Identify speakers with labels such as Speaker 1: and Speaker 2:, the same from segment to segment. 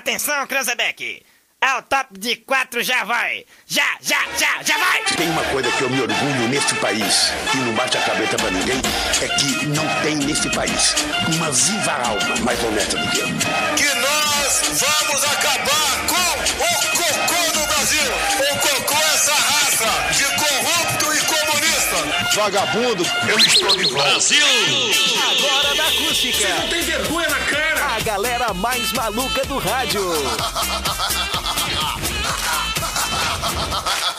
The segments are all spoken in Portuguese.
Speaker 1: Atenção, Cranzebeck! Ao top de quatro já vai! Já, já, já, já vai!
Speaker 2: Tem uma coisa que eu me orgulho neste país, que não bate a cabeça pra ninguém, é que não tem neste país uma viva alma mais honesta do que eu.
Speaker 3: que nós vamos acabar com o cocô no Brasil. O cocô é essa raça de corrupto e comunista.
Speaker 2: Vagabundo, eu estou de volta.
Speaker 4: Agora na acústica.
Speaker 5: Não tem vergonha na cara.
Speaker 4: A galera mais maluca do rádio.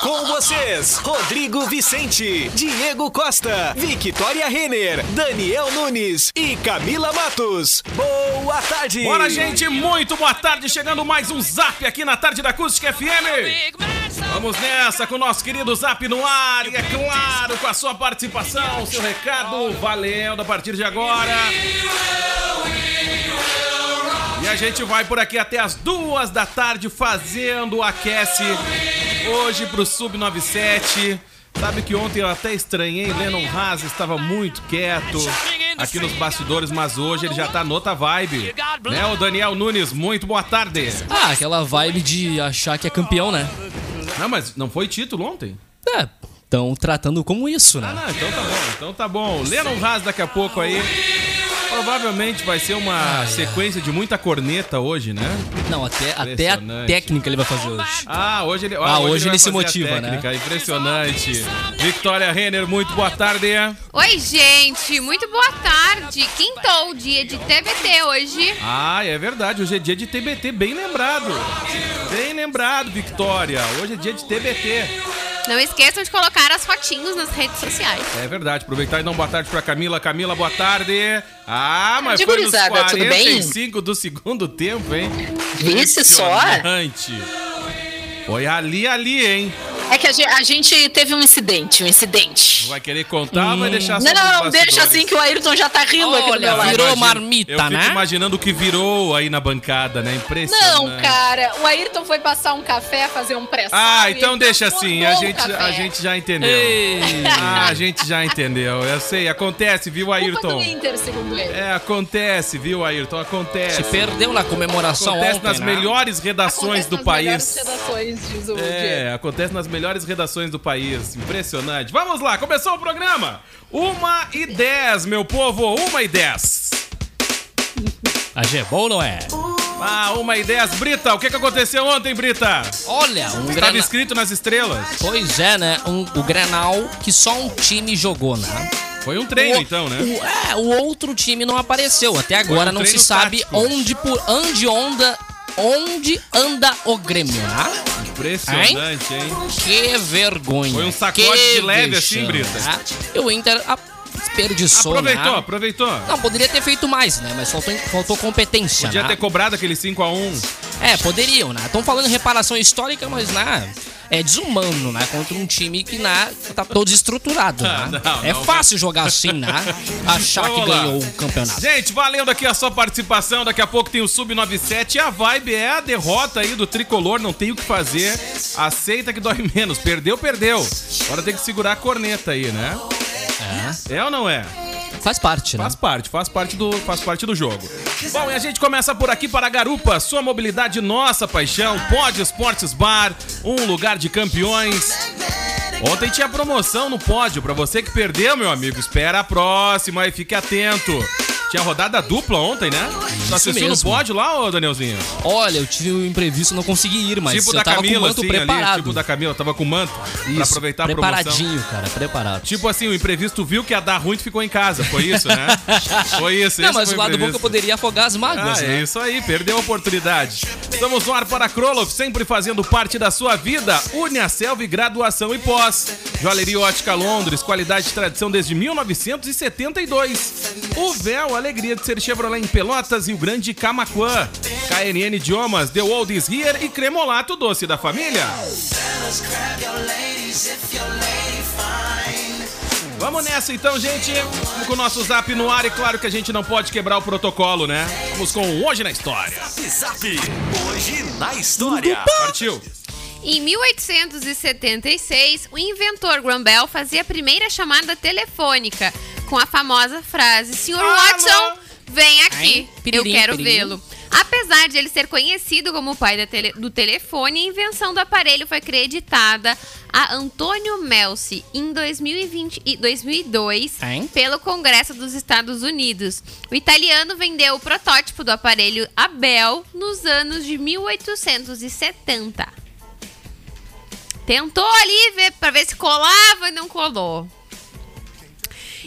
Speaker 4: Com vocês, Rodrigo Vicente, Diego Costa, Victoria Renner, Daniel Nunes e Camila Matos. Boa tarde!
Speaker 5: Bora, gente, muito boa tarde. Chegando mais um zap aqui na tarde da Acústica FM. Vamos nessa com o nosso querido zap no ar. E é claro, com a sua participação, o seu recado valendo a partir de agora. E a gente vai por aqui até as duas da tarde fazendo o aquece hoje pro Sub 97. Sabe que ontem eu até estranhei, Lennon Haas estava muito quieto aqui nos bastidores, mas hoje ele já tá noutra vibe. Né, o Daniel Nunes, muito boa tarde.
Speaker 6: Ah, aquela vibe de achar que é campeão, né?
Speaker 5: Não, mas não foi título ontem?
Speaker 6: É, estão tratando como isso,
Speaker 5: Ah,
Speaker 6: né?
Speaker 5: não, então tá bom, então tá bom. Lennon Haas daqui a pouco aí. Provavelmente vai ser uma sequência de muita corneta hoje, né?
Speaker 6: Não, até, até a
Speaker 5: Impressionante.
Speaker 6: técnica ele vai fazer hoje.
Speaker 5: Ah, hoje ele,
Speaker 6: Ah, hoje ele
Speaker 5: vai
Speaker 6: se
Speaker 5: fazer a
Speaker 6: motiva, né?
Speaker 5: técnica, Impressionante. Victoria Renner, muito boa tarde.
Speaker 7: Oi, gente, muito boa tarde. Quintou, dia de TBT hoje.
Speaker 5: Ah, é verdade, hoje é dia de TBT, bem lembrado. Bem lembrado, Victoria. Hoje é dia de TBT.
Speaker 7: Não esqueçam de colocar as fotinhos nas redes sociais.
Speaker 5: É verdade, aproveitar e dar uma boa tarde pra Camila. Camila, boa tarde. Ah, mas
Speaker 8: De
Speaker 5: foi nos
Speaker 8: gurizada, tudo bem?
Speaker 5: 45 do segundo tempo, hein?
Speaker 8: Visse só?
Speaker 5: Impressionante. Foi ali, ali, hein?
Speaker 8: É que a gente, a gente teve um incidente, um incidente.
Speaker 5: Vai querer contar ou vai deixar
Speaker 8: Hum.
Speaker 5: só
Speaker 8: Não,
Speaker 5: pros
Speaker 8: não, não, deixa
Speaker 5: bastidores?
Speaker 8: assim que o Ayrton já tá rindo aqui do
Speaker 6: Olha,
Speaker 8: meu
Speaker 5: Eu
Speaker 8: lado.
Speaker 6: virou
Speaker 5: imagino-
Speaker 6: marmita,
Speaker 5: eu fico
Speaker 6: né?
Speaker 5: imaginando o que virou aí na bancada, né? Impressionante.
Speaker 8: Não, cara, o Ayrton foi passar um café, fazer um pré
Speaker 5: Ah, então deixa assim, a gente, a
Speaker 8: um café.
Speaker 5: gente já entendeu.
Speaker 6: Ei.
Speaker 5: Ah, a gente já entendeu. Eu sei, acontece, viu,
Speaker 8: Culpa do
Speaker 5: Ayrton?
Speaker 8: Inter, segundo ele.
Speaker 5: É, acontece, viu, Ayrton? Acontece.
Speaker 6: Se perdeu na comemoração
Speaker 5: Acontece
Speaker 6: ontem,
Speaker 5: nas
Speaker 6: né?
Speaker 5: melhores redações
Speaker 8: Acontece
Speaker 5: do
Speaker 8: nas melhores
Speaker 5: país.
Speaker 8: redações, diz o Diego.
Speaker 5: É, acontece nas melhores redações do país. Impressionante. Vamos lá, começou o programa. Uma e dez, meu povo, uma e dez.
Speaker 6: A G é bom ou não é?
Speaker 5: Ah, uma e dez. Brita, o que, que aconteceu ontem, Brita?
Speaker 6: Olha, um
Speaker 5: Estava
Speaker 6: Grenal...
Speaker 5: escrito nas estrelas.
Speaker 6: Pois é, né? Um, o Grenal que só um time jogou, né?
Speaker 5: Foi um treino,
Speaker 6: O-
Speaker 5: então, né?
Speaker 6: O, é, o outro time não apareceu. Até agora
Speaker 5: um
Speaker 6: não se
Speaker 5: treino
Speaker 6: sabe
Speaker 5: tático.
Speaker 6: onde, por, onde, onda, onde anda o Grêmio, né?
Speaker 5: Impressionante, hein?
Speaker 6: Que vergonha.
Speaker 5: Foi um sacode
Speaker 6: Que
Speaker 5: de leve assim,
Speaker 6: vexame,
Speaker 5: Brita.
Speaker 6: né? E o Inter a- desperdiçou,
Speaker 5: Aproveitou,
Speaker 6: né?
Speaker 5: aproveitou.
Speaker 6: Não, poderia ter feito mais, né? Mas faltou, faltou competência,
Speaker 5: Podia
Speaker 6: né?
Speaker 5: ter cobrado aquele 5x1.
Speaker 6: É, poderiam, né? Estão falando em reparação histórica, mas, né? É desumano, né? Contra um time que, né? Tá todo desestruturado, né?
Speaker 5: Ah, não,
Speaker 6: é
Speaker 5: não.
Speaker 6: fácil jogar assim, né? Achar que
Speaker 5: Vamos lá.
Speaker 6: ganhou o campeonato.
Speaker 5: Gente, valendo aqui a sua participação. Daqui a pouco tem o Sub-97. E a vibe é a derrota aí do tricolor. Não tem o que fazer. Aceita que dói menos. Perdeu, perdeu. Agora tem que segurar a corneta aí, né? É. ou não é?
Speaker 6: Faz parte, né?
Speaker 5: Faz parte, faz parte do, faz parte do jogo. Bom, e a gente começa por aqui para Garupa, sua mobilidade, nossa paixão, Pod Esportes Bar, um lugar de campeões. Ontem tinha promoção no pódio, pra você que perdeu, meu amigo, espera a próxima e fique atento. Tinha rodada dupla ontem, né? Tu assistiu no
Speaker 6: mesmo.
Speaker 5: pódio lá, ô Danielzinho?
Speaker 6: Olha, eu tive um imprevisto, não consegui ir, mas
Speaker 5: tipo
Speaker 6: eu
Speaker 5: da
Speaker 6: tava com o
Speaker 5: Camila,
Speaker 6: manto
Speaker 5: assim,
Speaker 6: preparado.
Speaker 5: ali, tipo da Camila, tava com o manto pra
Speaker 6: Isso,
Speaker 5: aproveitar a promoção.
Speaker 6: Preparadinho, cara, preparado.
Speaker 5: Tipo assim, o imprevisto viu que ia dar ruim e ficou em casa. Foi isso, né? Foi isso.
Speaker 6: não,
Speaker 5: esse
Speaker 6: mas
Speaker 5: foi
Speaker 6: o lado bom é que eu
Speaker 5: imprevisto.
Speaker 6: poderia afogar as mágoas,
Speaker 5: Ah,
Speaker 6: né?
Speaker 5: é isso aí, perdeu a oportunidade. Estamos no ar para a Kroloff, sempre fazendo parte da sua vida. Une a Selva e graduação e pós. Joalheria Ótica Londres, qualidade e tradição desde 1972. O véu, alegria de ser Chevrolet em Pelotas, Rio Grande e Camaquã. KNN Idiomas, The Old is Here e Cremolato Doce da Família. Vamos nessa então, gente. Vamos com o nosso zap no ar e claro que a gente não pode quebrar o protocolo, né? Vamos com o Hoje na História.
Speaker 4: Hoje na história.
Speaker 5: Partiu.
Speaker 7: Em 1876, o inventor Graham Bell fazia a primeira chamada telefônica com a famosa frase: Senhor Watson, vem
Speaker 6: Ai,
Speaker 7: aqui, eu
Speaker 6: piririm,
Speaker 7: quero
Speaker 6: piririm.
Speaker 7: vê-lo. Apesar de ele ser conhecido como o pai da tele- do telefone, a invenção do aparelho foi creditada a Antônio Melci em 2020 e 2002
Speaker 6: Hein?
Speaker 7: pelo Congresso dos Estados Unidos. O italiano vendeu o protótipo do aparelho a Bell nos anos de 1870. Tentou ali ver para ver se colava e não colou.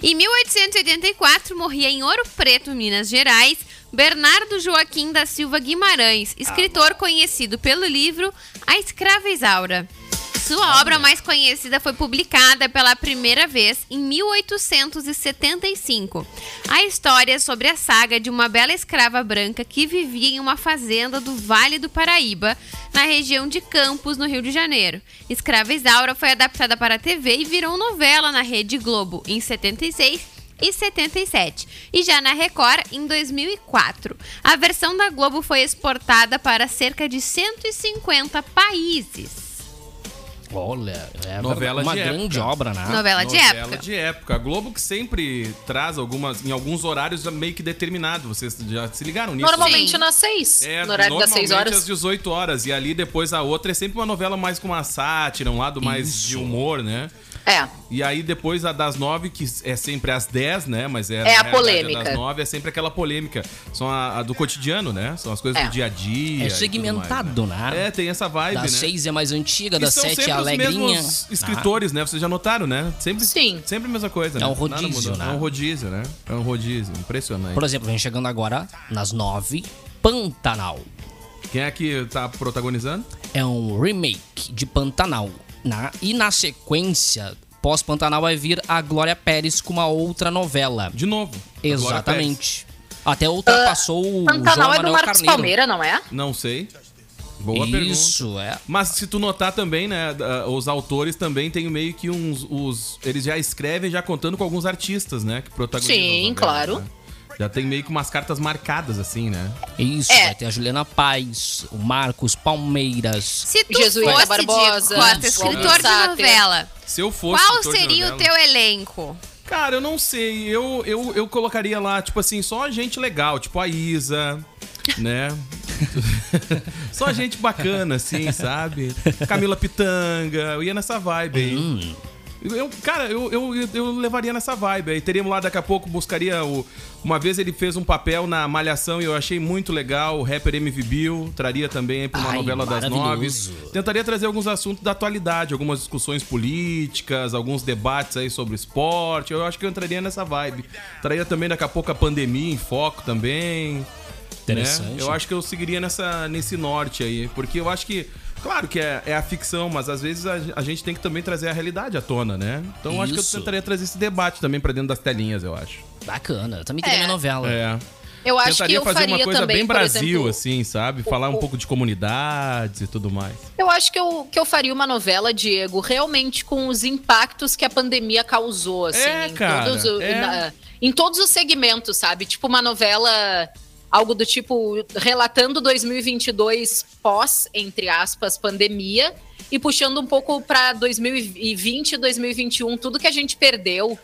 Speaker 7: Em 1884, morria em Ouro Preto, Minas Gerais, Bernardo Joaquim da Silva Guimarães, escritor conhecido pelo livro A Escrava Isaura. Sua obra mais conhecida foi publicada pela primeira vez em 1875. A história é sobre a saga de uma bela escrava branca que vivia em uma fazenda do Vale do Paraíba, na região de Campos, no Rio de Janeiro. Escrava Isaura foi adaptada para a TV e virou novela na Rede Globo em 76 e 77, e já na Record em 2004. A versão da Globo foi exportada para cerca de 150 países.
Speaker 6: Olha, é
Speaker 5: Novela
Speaker 6: uma
Speaker 5: de
Speaker 6: grande
Speaker 5: época.
Speaker 6: obra, né?
Speaker 8: é
Speaker 7: novela de época.
Speaker 5: é de época. A Globo que sempre traz algumas, em alguns horários já meio que determinado. Vocês já se ligaram nisso?
Speaker 8: Normalmente
Speaker 7: Sim.
Speaker 8: nas seis.
Speaker 5: É,
Speaker 8: no horário das
Speaker 5: normalmente
Speaker 8: seis horas.
Speaker 5: às 18 horas. E ali depois a outra é sempre uma novela mais com uma sátira, um lado mais de humor, né?
Speaker 8: É.
Speaker 5: E aí depois a das nove, que é sempre às dez, né? Mas é, na
Speaker 8: a
Speaker 5: realidade,
Speaker 8: polêmica.
Speaker 5: A das nove é sempre aquela polêmica. São a, a do cotidiano, né? São as coisas
Speaker 8: É.
Speaker 5: do dia a dia.
Speaker 6: É
Speaker 5: e tudo
Speaker 6: segmentado,
Speaker 5: mais, né?
Speaker 6: né?
Speaker 5: É, tem essa vibe,
Speaker 6: Da
Speaker 5: né?
Speaker 6: 6 é mais antiga,
Speaker 5: E
Speaker 6: da
Speaker 5: são
Speaker 6: 7
Speaker 5: sempre
Speaker 6: é
Speaker 5: os
Speaker 6: alegrinha. Ah.
Speaker 5: mesmos escritores, né? Vocês já notaram, né? Sempre,
Speaker 8: Sim.
Speaker 5: Sempre a mesma coisa,
Speaker 6: É
Speaker 5: né?
Speaker 6: um rodízio,
Speaker 5: Nada mudou.
Speaker 6: né?
Speaker 5: É um rodízio, né? É um rodízio.
Speaker 6: Ah,
Speaker 5: Impressionante.
Speaker 6: Por exemplo, vem chegando agora nas 9, Pantanal.
Speaker 5: Quem é que tá protagonizando?
Speaker 6: É um remake de Pantanal. né? E na sequência, pós-Pantanal, vai vir a Glória Pérez com uma outra novela.
Speaker 5: De novo. a Glória
Speaker 6: Exatamente. Até ultrapassou o João
Speaker 8: Pantanal é do
Speaker 6: Manuel
Speaker 8: Marcos
Speaker 6: Carneiro.
Speaker 8: Palmeira, não é?
Speaker 5: Pérez. Não sei. Boa pergunta.
Speaker 6: Isso, é.
Speaker 5: Mas se tu notar também, né, da- os autores também têm meio que uns, os, eles já escrevem já contando com alguns artistas, né, que protagonizam.
Speaker 8: Sim,
Speaker 5: as novelas,
Speaker 8: claro.
Speaker 5: né? Já tem meio que umas cartas marcadas assim, né?
Speaker 6: Isso,
Speaker 8: É.
Speaker 6: vai ter a Juliana Paz, o Marcos Palmeiras.
Speaker 7: Se tu
Speaker 8: Jesuíta
Speaker 7: fosse
Speaker 8: Barbosa,
Speaker 7: de Costa,
Speaker 8: João
Speaker 7: escritor de
Speaker 8: Sátira.
Speaker 7: novela,
Speaker 5: Se eu fosse
Speaker 7: qual
Speaker 5: escritor de
Speaker 7: seria o
Speaker 5: novela-
Speaker 7: teu elenco?
Speaker 5: Cara, eu não sei. Eu, eu, eu colocaria lá, tipo assim, só gente legal, tipo a Isa, né? só gente bacana, assim, sabe? Camila Pitanga, eu ia nessa vibe aí. Eu- Eu, cara, eu, eu, eu- eu levaria nessa vibe. Aí teríamos lá daqui a pouco, buscaria o. Uma vez ele fez um papel na Malhação e eu achei muito legal. O rapper MV Bill traria também aí pra uma
Speaker 6: Ai,
Speaker 5: novela das nove.
Speaker 6: maravilhoso.
Speaker 5: Tentaria trazer alguns assuntos da atualidade, algumas discussões políticas, alguns debates aí sobre esporte. Eu acho que eu entraria nessa vibe. Traria também daqui a pouco a pandemia em foco também.
Speaker 6: Interessante.
Speaker 5: Né? Eu acho que eu seguiria nessa, nesse norte aí, porque eu acho que, claro que é, é a ficção, mas às vezes a, a gente tem que também trazer a realidade à tona, né? Então eu acho que eu
Speaker 6: Isso.
Speaker 5: tentaria trazer esse debate também pra dentro das telinhas, eu acho.
Speaker 6: Bacana, eu também queria
Speaker 8: É.
Speaker 6: minha novela.
Speaker 5: É.
Speaker 8: Eu acho
Speaker 5: tentaria
Speaker 8: que eu
Speaker 5: fazer
Speaker 8: faria
Speaker 5: uma coisa
Speaker 8: também,
Speaker 5: bem
Speaker 8: por
Speaker 5: Brasil,
Speaker 8: exemplo,
Speaker 5: assim, sabe? Falar um pouco de comunidades e tudo mais.
Speaker 8: Eu acho que eu, que eu faria uma novela, Diego, realmente com os impactos que a pandemia causou, assim,
Speaker 5: É,
Speaker 8: em,
Speaker 5: cara,
Speaker 8: todos o-
Speaker 5: é.
Speaker 8: na- em todos os segmentos, sabe? Tipo uma novela, algo do tipo, relatando 2022 pós, entre aspas, pandemia, e puxando um pouco para 2020 e 2021, tudo que a gente perdeu,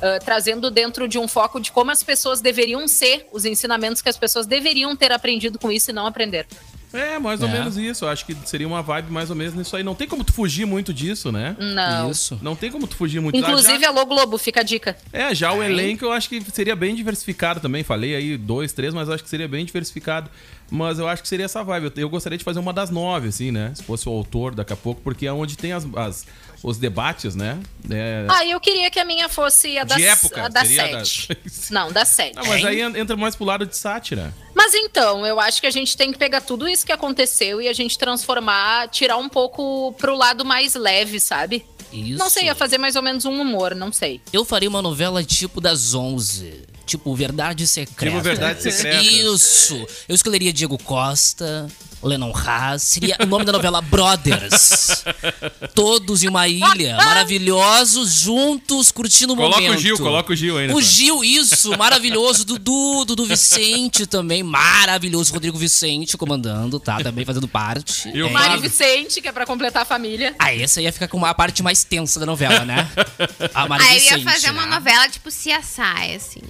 Speaker 8: ah, trazendo dentro de um foco de como as pessoas deveriam ser, os ensinamentos que as pessoas deveriam ter aprendido com isso e não aprender.
Speaker 5: É, mais ou
Speaker 6: É.
Speaker 5: menos isso. Eu acho que seria uma vibe mais ou menos nisso aí. Não tem como tu fugir muito disso, né?
Speaker 8: Não.
Speaker 6: Isso.
Speaker 5: Não tem como tu fugir muito disso. Ah, já-
Speaker 8: Inclusive, alô Globo, fica a dica.
Speaker 5: É, já o elenco eu acho que seria bem diversificado também. Falei aí dois, três, mas eu acho que seria bem diversificado. Mas eu acho que seria essa vibe. Eu, eu gostaria de fazer uma das nove, assim, né? Se fosse o autor daqui a pouco, porque é onde tem as, as- os debates, né? É,
Speaker 8: Ah, eu queria que a minha fosse a da,
Speaker 5: de época.
Speaker 8: a da
Speaker 5: seria a da-
Speaker 8: 7. Não, da 7.
Speaker 5: Não, mas aí en- entra mais pro lado de sátira.
Speaker 8: Mas então, eu acho que a gente tem que pegar tudo isso que aconteceu e a gente transformar, tirar um pouco pro lado mais leve, sabe?
Speaker 6: Isso.
Speaker 8: Não sei, ia fazer mais ou menos um humor, não sei.
Speaker 6: Eu faria uma novela tipo das 11. Tipo, Verdade Secreta.
Speaker 5: Tipo Verdade Secreta.
Speaker 6: Isso. Eu escolheria Diego Costa, Lennon Haas. Seria o nome da novela Brothers. Todos em uma ilha, maravilhosos, juntos, curtindo o
Speaker 5: Coloca o
Speaker 6: Um momento.
Speaker 5: Gil, coloca o Gil aí né, nessa.
Speaker 6: O Gil, isso, maravilhoso. Dudu, Dudu Vicente também, maravilhoso. Rodrigo Vicente comandando, tá? Também fazendo parte.
Speaker 5: E o
Speaker 6: É.
Speaker 8: Mari
Speaker 5: Flávio.
Speaker 8: Vicente, que é pra completar a família.
Speaker 6: Ah, essa ia ficar com a parte mais tensa da novela, né? A Mari
Speaker 7: Aí eu ia
Speaker 6: Vicente,
Speaker 7: fazer uma
Speaker 6: né?
Speaker 7: novela tipo CSI, assim.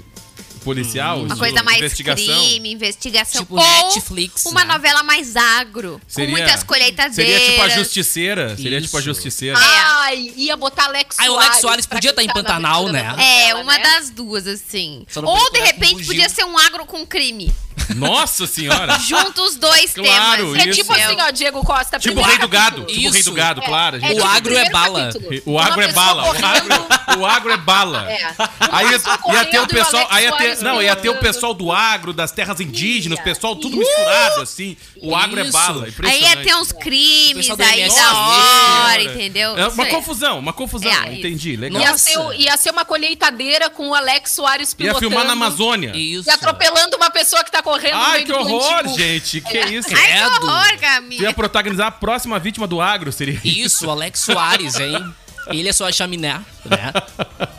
Speaker 5: policial,
Speaker 7: Uma
Speaker 5: isso,
Speaker 7: coisa mais
Speaker 5: investigação.
Speaker 7: crime, investigação.
Speaker 6: Tipo
Speaker 7: ou
Speaker 6: Netflix,
Speaker 7: uma
Speaker 6: né?
Speaker 7: novela mais agro,
Speaker 5: Seria,
Speaker 7: com muitas colheitadeiras.
Speaker 5: Seria tipo a justiceira. Seria tipo a
Speaker 6: Isso.
Speaker 5: justiceira.
Speaker 8: Ah. Ai, ia botar Lex
Speaker 6: Ai, o
Speaker 8: Soares.
Speaker 6: Lex Soares
Speaker 8: pra
Speaker 6: podia
Speaker 5: tá
Speaker 6: estar em
Speaker 8: cantar na
Speaker 6: Pantanal,
Speaker 8: abertura
Speaker 6: né?
Speaker 8: da novela,
Speaker 7: É, uma
Speaker 8: né?
Speaker 7: das duas, assim.
Speaker 6: Só não pode
Speaker 7: Ou, de
Speaker 6: olhar com
Speaker 7: repente,
Speaker 6: bugio.
Speaker 7: podia ser um agro com crime.
Speaker 5: Nossa senhora!
Speaker 7: Junta os dois
Speaker 5: Claro,
Speaker 7: temas.
Speaker 8: É
Speaker 5: Isso.
Speaker 8: tipo assim, ó, Diego Costa.
Speaker 5: tipo o
Speaker 8: primeiro
Speaker 5: rei do gado.
Speaker 8: capítulo.
Speaker 5: Tipo o rei do
Speaker 6: Isso.
Speaker 5: gado, claro. a gente-
Speaker 6: O
Speaker 8: tipo,
Speaker 6: agro é
Speaker 8: primeiro
Speaker 6: bala.
Speaker 8: capítulo.
Speaker 5: O agro
Speaker 8: Uma
Speaker 5: é
Speaker 8: pessoa
Speaker 5: bala. O agro, o agro é bala.
Speaker 8: É.
Speaker 5: Aí
Speaker 8: Uma pessoa
Speaker 5: ia ter o
Speaker 8: correndo e o
Speaker 5: pessoal,
Speaker 8: Alex
Speaker 5: aí ia ter,
Speaker 8: Soares
Speaker 5: não, ia ter o
Speaker 8: pulando.
Speaker 5: pessoal do agro, das terras indígenas, o
Speaker 8: Ia.
Speaker 5: pessoal tudo misturado assim. O agro é
Speaker 6: Isso.
Speaker 5: bala,
Speaker 7: Aí
Speaker 5: impressionante.
Speaker 7: ia ter uns crimes
Speaker 6: O pessoal do
Speaker 7: aí
Speaker 6: MS
Speaker 7: da hora,
Speaker 5: Senhora.
Speaker 7: entendeu?
Speaker 5: É uma
Speaker 7: Isso aí.
Speaker 5: confusão, uma confusão,
Speaker 7: É, isso.
Speaker 5: entendi, legal.
Speaker 8: Ia
Speaker 6: Nossa.
Speaker 8: ser, o- ia ser uma colheitadeira com o Alex Soares
Speaker 5: Ia
Speaker 8: pilotando.
Speaker 5: filmar na Amazônia.
Speaker 6: Isso.
Speaker 8: E atropelando uma pessoa que tá correndo no
Speaker 5: Ai,
Speaker 8: meio
Speaker 5: que
Speaker 8: do
Speaker 5: horror,
Speaker 8: plantio.
Speaker 5: gente, que isso.
Speaker 7: Ai, que
Speaker 6: Credo.
Speaker 7: horror,
Speaker 5: Tu ia
Speaker 7: Camila.
Speaker 5: protagonizar a próxima vítima do agro, seria
Speaker 6: Isso, o Alex Soares, hein? Ele é só a chaminé, né?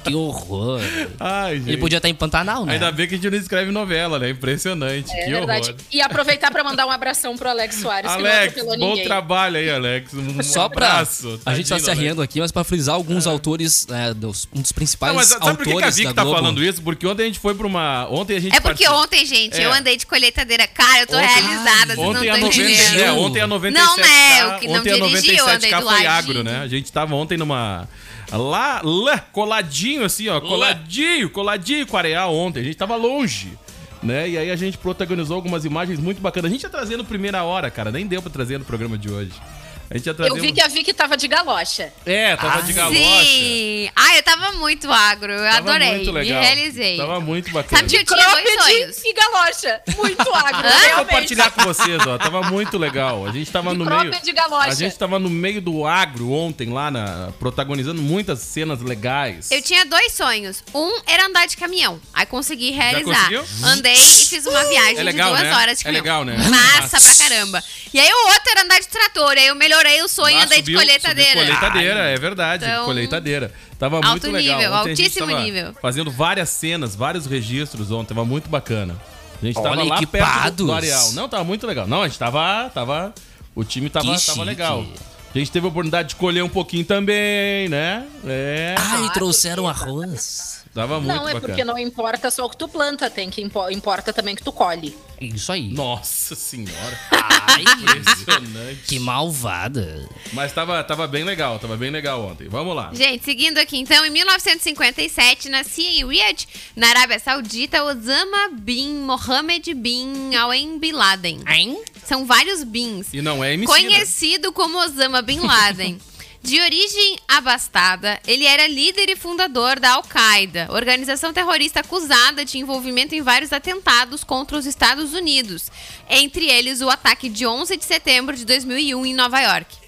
Speaker 6: Que horror.
Speaker 5: Ai, gente.
Speaker 6: Ele podia estar em Pantanal, né?
Speaker 5: Ainda bem que a gente não escreve novela, né? Impressionante,
Speaker 8: É
Speaker 5: que
Speaker 8: verdade.
Speaker 5: horror.
Speaker 8: E aproveitar pra mandar um abração pro Alex Soares,
Speaker 5: Alex,
Speaker 8: que não atropelou
Speaker 5: bom
Speaker 8: ninguém.
Speaker 5: trabalho aí, Alex. Um
Speaker 6: Só pra.
Speaker 5: abraço. né?
Speaker 6: a gente
Speaker 5: Tadinho,
Speaker 6: tá se
Speaker 5: Alex.
Speaker 6: arriando aqui, mas pra frisar alguns autores, né, dos- um dos principais
Speaker 5: Não, mas sabe por
Speaker 6: autores
Speaker 5: que que a Vic
Speaker 6: da
Speaker 5: tá
Speaker 6: Globo.
Speaker 5: falando isso? Porque ontem a gente foi pra uma. Ontem a gente
Speaker 7: É porque
Speaker 5: participou-
Speaker 7: ontem, gente,
Speaker 5: É.
Speaker 7: eu andei de colheitadeira. Cara, eu tô
Speaker 5: Ontem-
Speaker 7: realizada, vocês não
Speaker 5: Ontem a,
Speaker 7: estão
Speaker 5: 90,
Speaker 7: entendendo.
Speaker 5: é, ontem a 97K.
Speaker 7: Não, né, eu que não
Speaker 5: ontem a
Speaker 7: dirigi, eu andei
Speaker 5: 97K
Speaker 7: do
Speaker 5: foi
Speaker 7: ladinho.
Speaker 5: agro, né? A gente tava ontem numa. Lá, lá, coladinho assim, ó. Coladinho, coladinho com a Areal ontem. A gente tava longe. Né? E aí a gente protagonizou algumas imagens muito bacanas. A gente ia trazendo primeira hora, cara. Nem deu pra trazer no programa de hoje. A gente ia trazer. um
Speaker 8: Eu vi que a Vicky tava de galocha.
Speaker 5: É, tava
Speaker 6: Ah,
Speaker 5: de galocha.
Speaker 7: Sim! Ah, eu tava muito agro, eu
Speaker 5: Tava
Speaker 7: adorei.
Speaker 5: muito legal.
Speaker 7: Me realizei.
Speaker 5: Tava muito bacana.
Speaker 7: Sabe, tinha- Eu tinha dois
Speaker 8: Cropped
Speaker 7: sonhos.
Speaker 8: e galocha. Muito agro,
Speaker 5: Deixa eu
Speaker 8: realmente.
Speaker 5: compartilhar com vocês, ó. Tava muito legal. A gente tava
Speaker 8: De
Speaker 5: no
Speaker 8: cropped
Speaker 5: meio.
Speaker 8: e de galocha.
Speaker 5: A gente tava no meio do agro ontem lá, na, protagonizando muitas cenas legais.
Speaker 7: Eu tinha dois sonhos. Um era andar de caminhão. Aí consegui realizar.
Speaker 5: conseguiu?
Speaker 7: Andei e fiz uma viagem
Speaker 5: É legal,
Speaker 7: de duas
Speaker 5: né?
Speaker 7: horas de
Speaker 5: É
Speaker 7: caminhão.
Speaker 5: legal, né?
Speaker 7: Massa
Speaker 5: Massa.
Speaker 7: pra caramba. E aí o outro era andar de trator. Aí eu melhorei o sonho e
Speaker 5: Ah,
Speaker 7: andei
Speaker 5: subiu-
Speaker 7: de colheitadeira.
Speaker 5: subiu colheitadeira, é verdade.
Speaker 7: Então,
Speaker 5: colheitadeira. Tava
Speaker 7: alto
Speaker 5: muito legal.
Speaker 7: nível,
Speaker 5: Ontem a gente
Speaker 7: altíssimo
Speaker 5: tava
Speaker 7: nível.
Speaker 5: Fazendo várias cenas, vários registros ontem. Tava muito bacana. A gente tava
Speaker 6: Olha,
Speaker 5: lá perto do-
Speaker 6: equipados.
Speaker 5: do Areal. Não, tava muito legal. Não, a gente tava. tava o time tava,
Speaker 6: Que
Speaker 5: tava
Speaker 6: chique.
Speaker 5: legal. A gente teve a oportunidade de colher um pouquinho também, né? É.
Speaker 6: Ai, Ah, trouxeram arroz.
Speaker 5: Tava muito
Speaker 8: Não, é
Speaker 5: bacana.
Speaker 8: porque não importa só o que tu planta, tem que impo- importa também o que tu colhe.
Speaker 6: Isso aí.
Speaker 5: Nossa senhora.
Speaker 6: Ai,
Speaker 5: Impressionante.
Speaker 6: que malvada.
Speaker 5: Mas tava, tava bem legal, tava bem legal ontem. Vamos lá.
Speaker 7: Gente, seguindo aqui então, em 1957, nascia em Riyadh, na Arábia Saudita, Osama Bin Mohammed Bin Al Bin Laden.
Speaker 6: Hein?
Speaker 7: São vários bins.
Speaker 5: E não é MC.
Speaker 7: Conhecido como Osama Bin Laden. De origem abastada, ele era líder e fundador da Al-Qaeda, organização terrorista acusada de envolvimento em vários atentados contra os Estados Unidos, entre eles o ataque de 11 de setembro de 2001 em Nova York.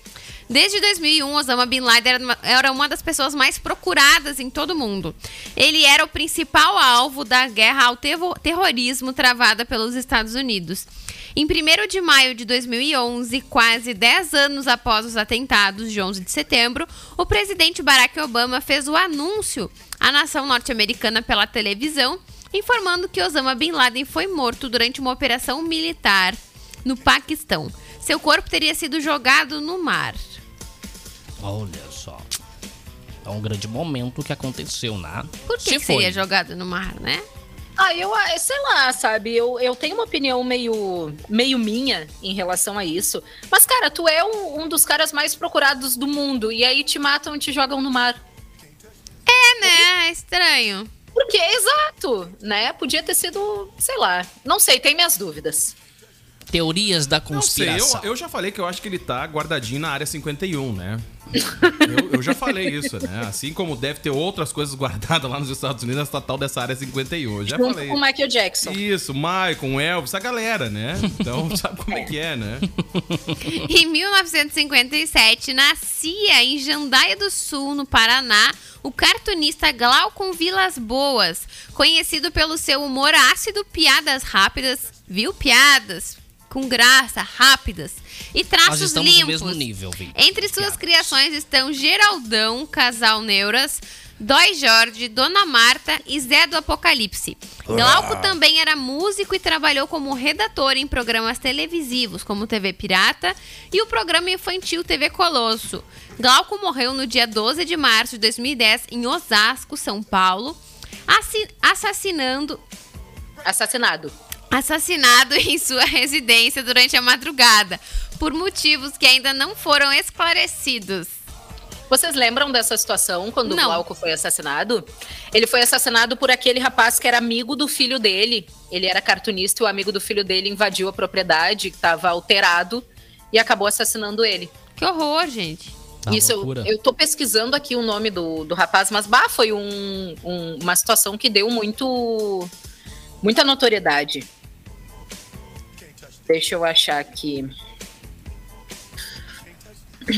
Speaker 7: Desde 2001, Osama Bin Laden era uma, era uma das pessoas mais procuradas em todo o mundo. Ele era o principal alvo da guerra ao tevo- terrorismo travada pelos Estados Unidos. Em 1 de maio de 2011, quase 10 anos após os atentados de 11 de setembro, o presidente Barack Obama fez o anúncio à nação norte-americana pela televisão, informando que Osama Bin Laden foi morto durante uma operação militar no Paquistão. Seu corpo teria sido jogado no mar.
Speaker 6: Olha só. É um grande momento que aconteceu, né?
Speaker 7: Por que,
Speaker 6: Se
Speaker 7: que
Speaker 6: foi.
Speaker 7: seria jogado no mar, né?
Speaker 8: Ah, eu ah, sei lá, sabe? Eu, eu tenho uma opinião meio, meio minha em relação a isso. Mas, cara, tu é um, um dos caras mais procurados do mundo. E aí te matam e te jogam no mar.
Speaker 7: É, né? É estranho.
Speaker 8: Porque, exato, né? Podia ter sido, sei lá. Não sei, tem minhas dúvidas.
Speaker 6: Teorias da
Speaker 5: Não sei, eu,
Speaker 6: conspiração.
Speaker 5: eu já falei que eu acho que ele tá guardadinho na área 51, né? eu, eu já falei isso, né? Assim como deve ter outras coisas guardadas lá nos Estados Unidos, essa tal dessa área 51. Eu já
Speaker 8: Junto
Speaker 5: falei.
Speaker 8: com o Michael Jackson.
Speaker 5: Isso, Michael, um Elvis, essa galera, né? Então sabe como é que é, né?
Speaker 7: Em 1957, nascia em Jandaia do Sul, no Paraná, o cartunista Glaucon Vilas Boas, conhecido pelo seu humor ácido, piadas rápidas, viu? Piadas com graça, rápidas e traços
Speaker 6: Nós estamos
Speaker 7: limpos.
Speaker 6: no mesmo nível, Vicky.
Speaker 7: Entre suas criações estão Geraldão, Casal Neuras, Dói Jorge, Dona Marta e Zé do Apocalipse. Glauco também era músico e trabalhou como redator em programas televisivos, como TV Pirata e o programa infantil TV Colosso. Glauco morreu no dia 12 de março de 2010 em Osasco, São Paulo, assi- assassinando
Speaker 8: Assassinado.
Speaker 7: assassinado em sua residência durante a madrugada, por motivos que ainda não foram esclarecidos.
Speaker 8: Vocês lembram dessa situação quando
Speaker 7: Não.
Speaker 8: o Glauco foi assassinado? Ele foi assassinado por aquele rapaz que era amigo do filho dele. Ele era cartunista e o amigo do filho dele invadiu a propriedade, que estava alterado, e acabou assassinando ele.
Speaker 7: Que horror, gente.
Speaker 6: Tá,
Speaker 8: Isso, eu,
Speaker 6: loucura.
Speaker 8: eu tô pesquisando aqui o nome do, do rapaz, mas bah, foi um- um- uma situação que deu muito muita notoriedade. Deixa eu achar aqui.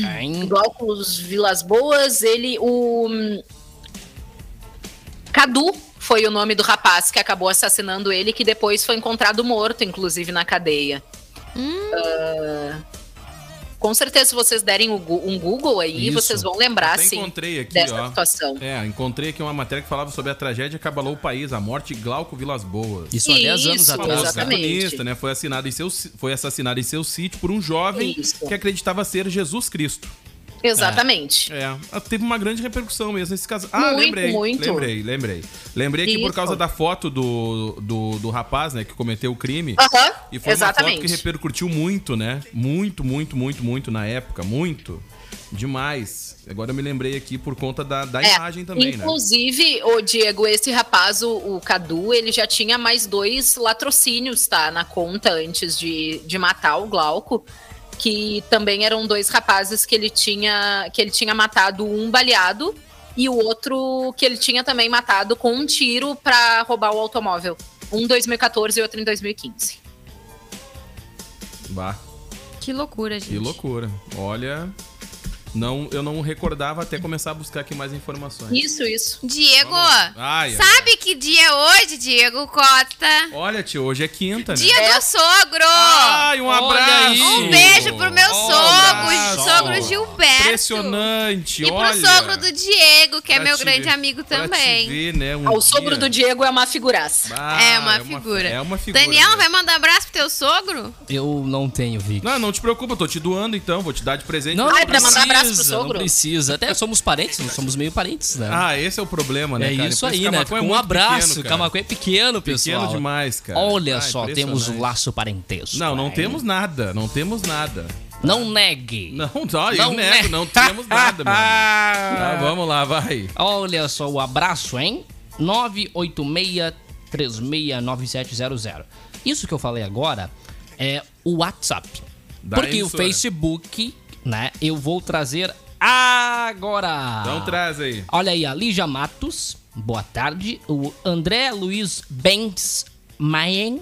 Speaker 6: Ai,
Speaker 8: Glaucus Vilas Boas, ele. O. hum, Cadu foi o nome do rapaz que acabou assassinando ele, que depois foi encontrado morto, inclusive, na cadeia. Ah, com certeza, se vocês derem o gu- um Google aí,
Speaker 5: Isso.
Speaker 8: vocês vão lembrar,
Speaker 5: Até
Speaker 8: sim,
Speaker 5: encontrei aqui,
Speaker 8: dessa
Speaker 5: ó.
Speaker 8: situação.
Speaker 5: É, encontrei aqui uma matéria que falava sobre a tragédia que abalou o país, a morte de Glauco Vilas Boas.
Speaker 6: Isso há 10
Speaker 8: Isso,
Speaker 6: anos atrás.
Speaker 5: famoso
Speaker 8: exatamente.
Speaker 5: cartunista, né? Foi assinado em seu, ci- foi assassinado em seu sítio por um jovem
Speaker 8: Isso.
Speaker 5: que acreditava ser Jesus Cristo.
Speaker 8: Exatamente.
Speaker 5: É, ah, teve uma grande repercussão mesmo nesse caso. Ah,
Speaker 8: Muito,
Speaker 5: lembrei,
Speaker 8: muito.
Speaker 5: lembrei, lembrei. Lembrei que por
Speaker 8: Isso.
Speaker 5: causa da foto do, do, do rapaz, né, que cometeu o crime.
Speaker 8: Aham,
Speaker 5: E foi uma foto que
Speaker 8: exatamente.
Speaker 5: repercutiu muito, né? Muito, muito, muito, muito na época. Muito. Demais. Agora eu me lembrei aqui por conta da, da
Speaker 8: É,
Speaker 5: imagem também, né?
Speaker 8: Inclusive, o Diego, esse rapaz, o, o Cadu, ele já tinha mais dois latrocínios, tá? Na conta antes de, de matar o Glauco. Que também eram dois rapazes que ele tinha. que ele tinha matado um baleado e o outro que ele tinha também matado com um tiro pra roubar o automóvel. Um em 2014 e outro em 2015.
Speaker 5: Bah,
Speaker 7: Que loucura, gente.
Speaker 5: que loucura. Olha. Não, eu não recordava até começar a buscar aqui mais informações.
Speaker 8: Isso, isso.
Speaker 7: Diego,
Speaker 5: Vamos lá. Ai, ai,
Speaker 7: sabe que dia é hoje, Diego Costa?
Speaker 5: Olha, tio, hoje é quinta, né?
Speaker 7: Dia do sogro!
Speaker 5: Ai, um
Speaker 6: Olha
Speaker 5: abraço!
Speaker 6: aí!
Speaker 7: um beijo pro meu
Speaker 5: Olha
Speaker 7: sogro,
Speaker 5: só.
Speaker 7: sogro Gilberto.
Speaker 5: Impressionante,
Speaker 7: E pro
Speaker 5: olha.
Speaker 7: sogro do Diego, que é
Speaker 5: Pra
Speaker 7: meu
Speaker 5: te
Speaker 7: grande
Speaker 5: ver-
Speaker 7: amigo
Speaker 5: pra te
Speaker 7: também.
Speaker 5: ver, né, um
Speaker 8: Ah, o sogro
Speaker 5: dia.
Speaker 8: do Diego é uma figuraça.
Speaker 5: Ah,
Speaker 7: é, uma figura.
Speaker 5: é uma figura.
Speaker 7: Daniel,
Speaker 5: né?
Speaker 7: vai mandar abraço pro teu sogro?
Speaker 6: Eu não tenho, Vic.
Speaker 5: Não, não te preocupa, eu tô te doando então, vou te dar de presente.
Speaker 6: Não,
Speaker 8: Ai,
Speaker 6: não
Speaker 8: pra
Speaker 6: precisa,
Speaker 8: mandar abraço pro
Speaker 6: não
Speaker 8: sogro?
Speaker 6: precisa. Até somos parentes, nós somos meio parentes, né?
Speaker 5: Ah, esse é o problema, né,
Speaker 6: é
Speaker 5: cara?
Speaker 6: isso
Speaker 5: Por
Speaker 6: aí,
Speaker 5: que
Speaker 6: né?
Speaker 5: Camacuã é
Speaker 6: Com um
Speaker 5: muito
Speaker 6: abraço.
Speaker 5: pequeno, cara.
Speaker 6: Camacuã é pequeno, pessoal.
Speaker 5: Pequeno demais, cara.
Speaker 6: Olha
Speaker 5: Ah,
Speaker 6: só, temos um
Speaker 5: impressionante.
Speaker 6: laço parentesco.
Speaker 5: Não, não
Speaker 6: hein?
Speaker 5: temos nada, não temos nada.
Speaker 6: Não negue.
Speaker 5: Não, não, eu
Speaker 6: Não,
Speaker 5: nego,
Speaker 6: né?
Speaker 5: não temos nada, mano. Tá, vamos lá, vai.
Speaker 6: Olha só o abraço, hein? 986369700. Isso que eu falei agora é o WhatsApp.
Speaker 5: Da
Speaker 6: Porque o
Speaker 5: emissora.
Speaker 6: Facebook, né? Eu vou trazer agora.
Speaker 5: Então traz aí.
Speaker 6: Olha aí, a Lígia Matos, boa tarde. O André Luiz Bens Mayen,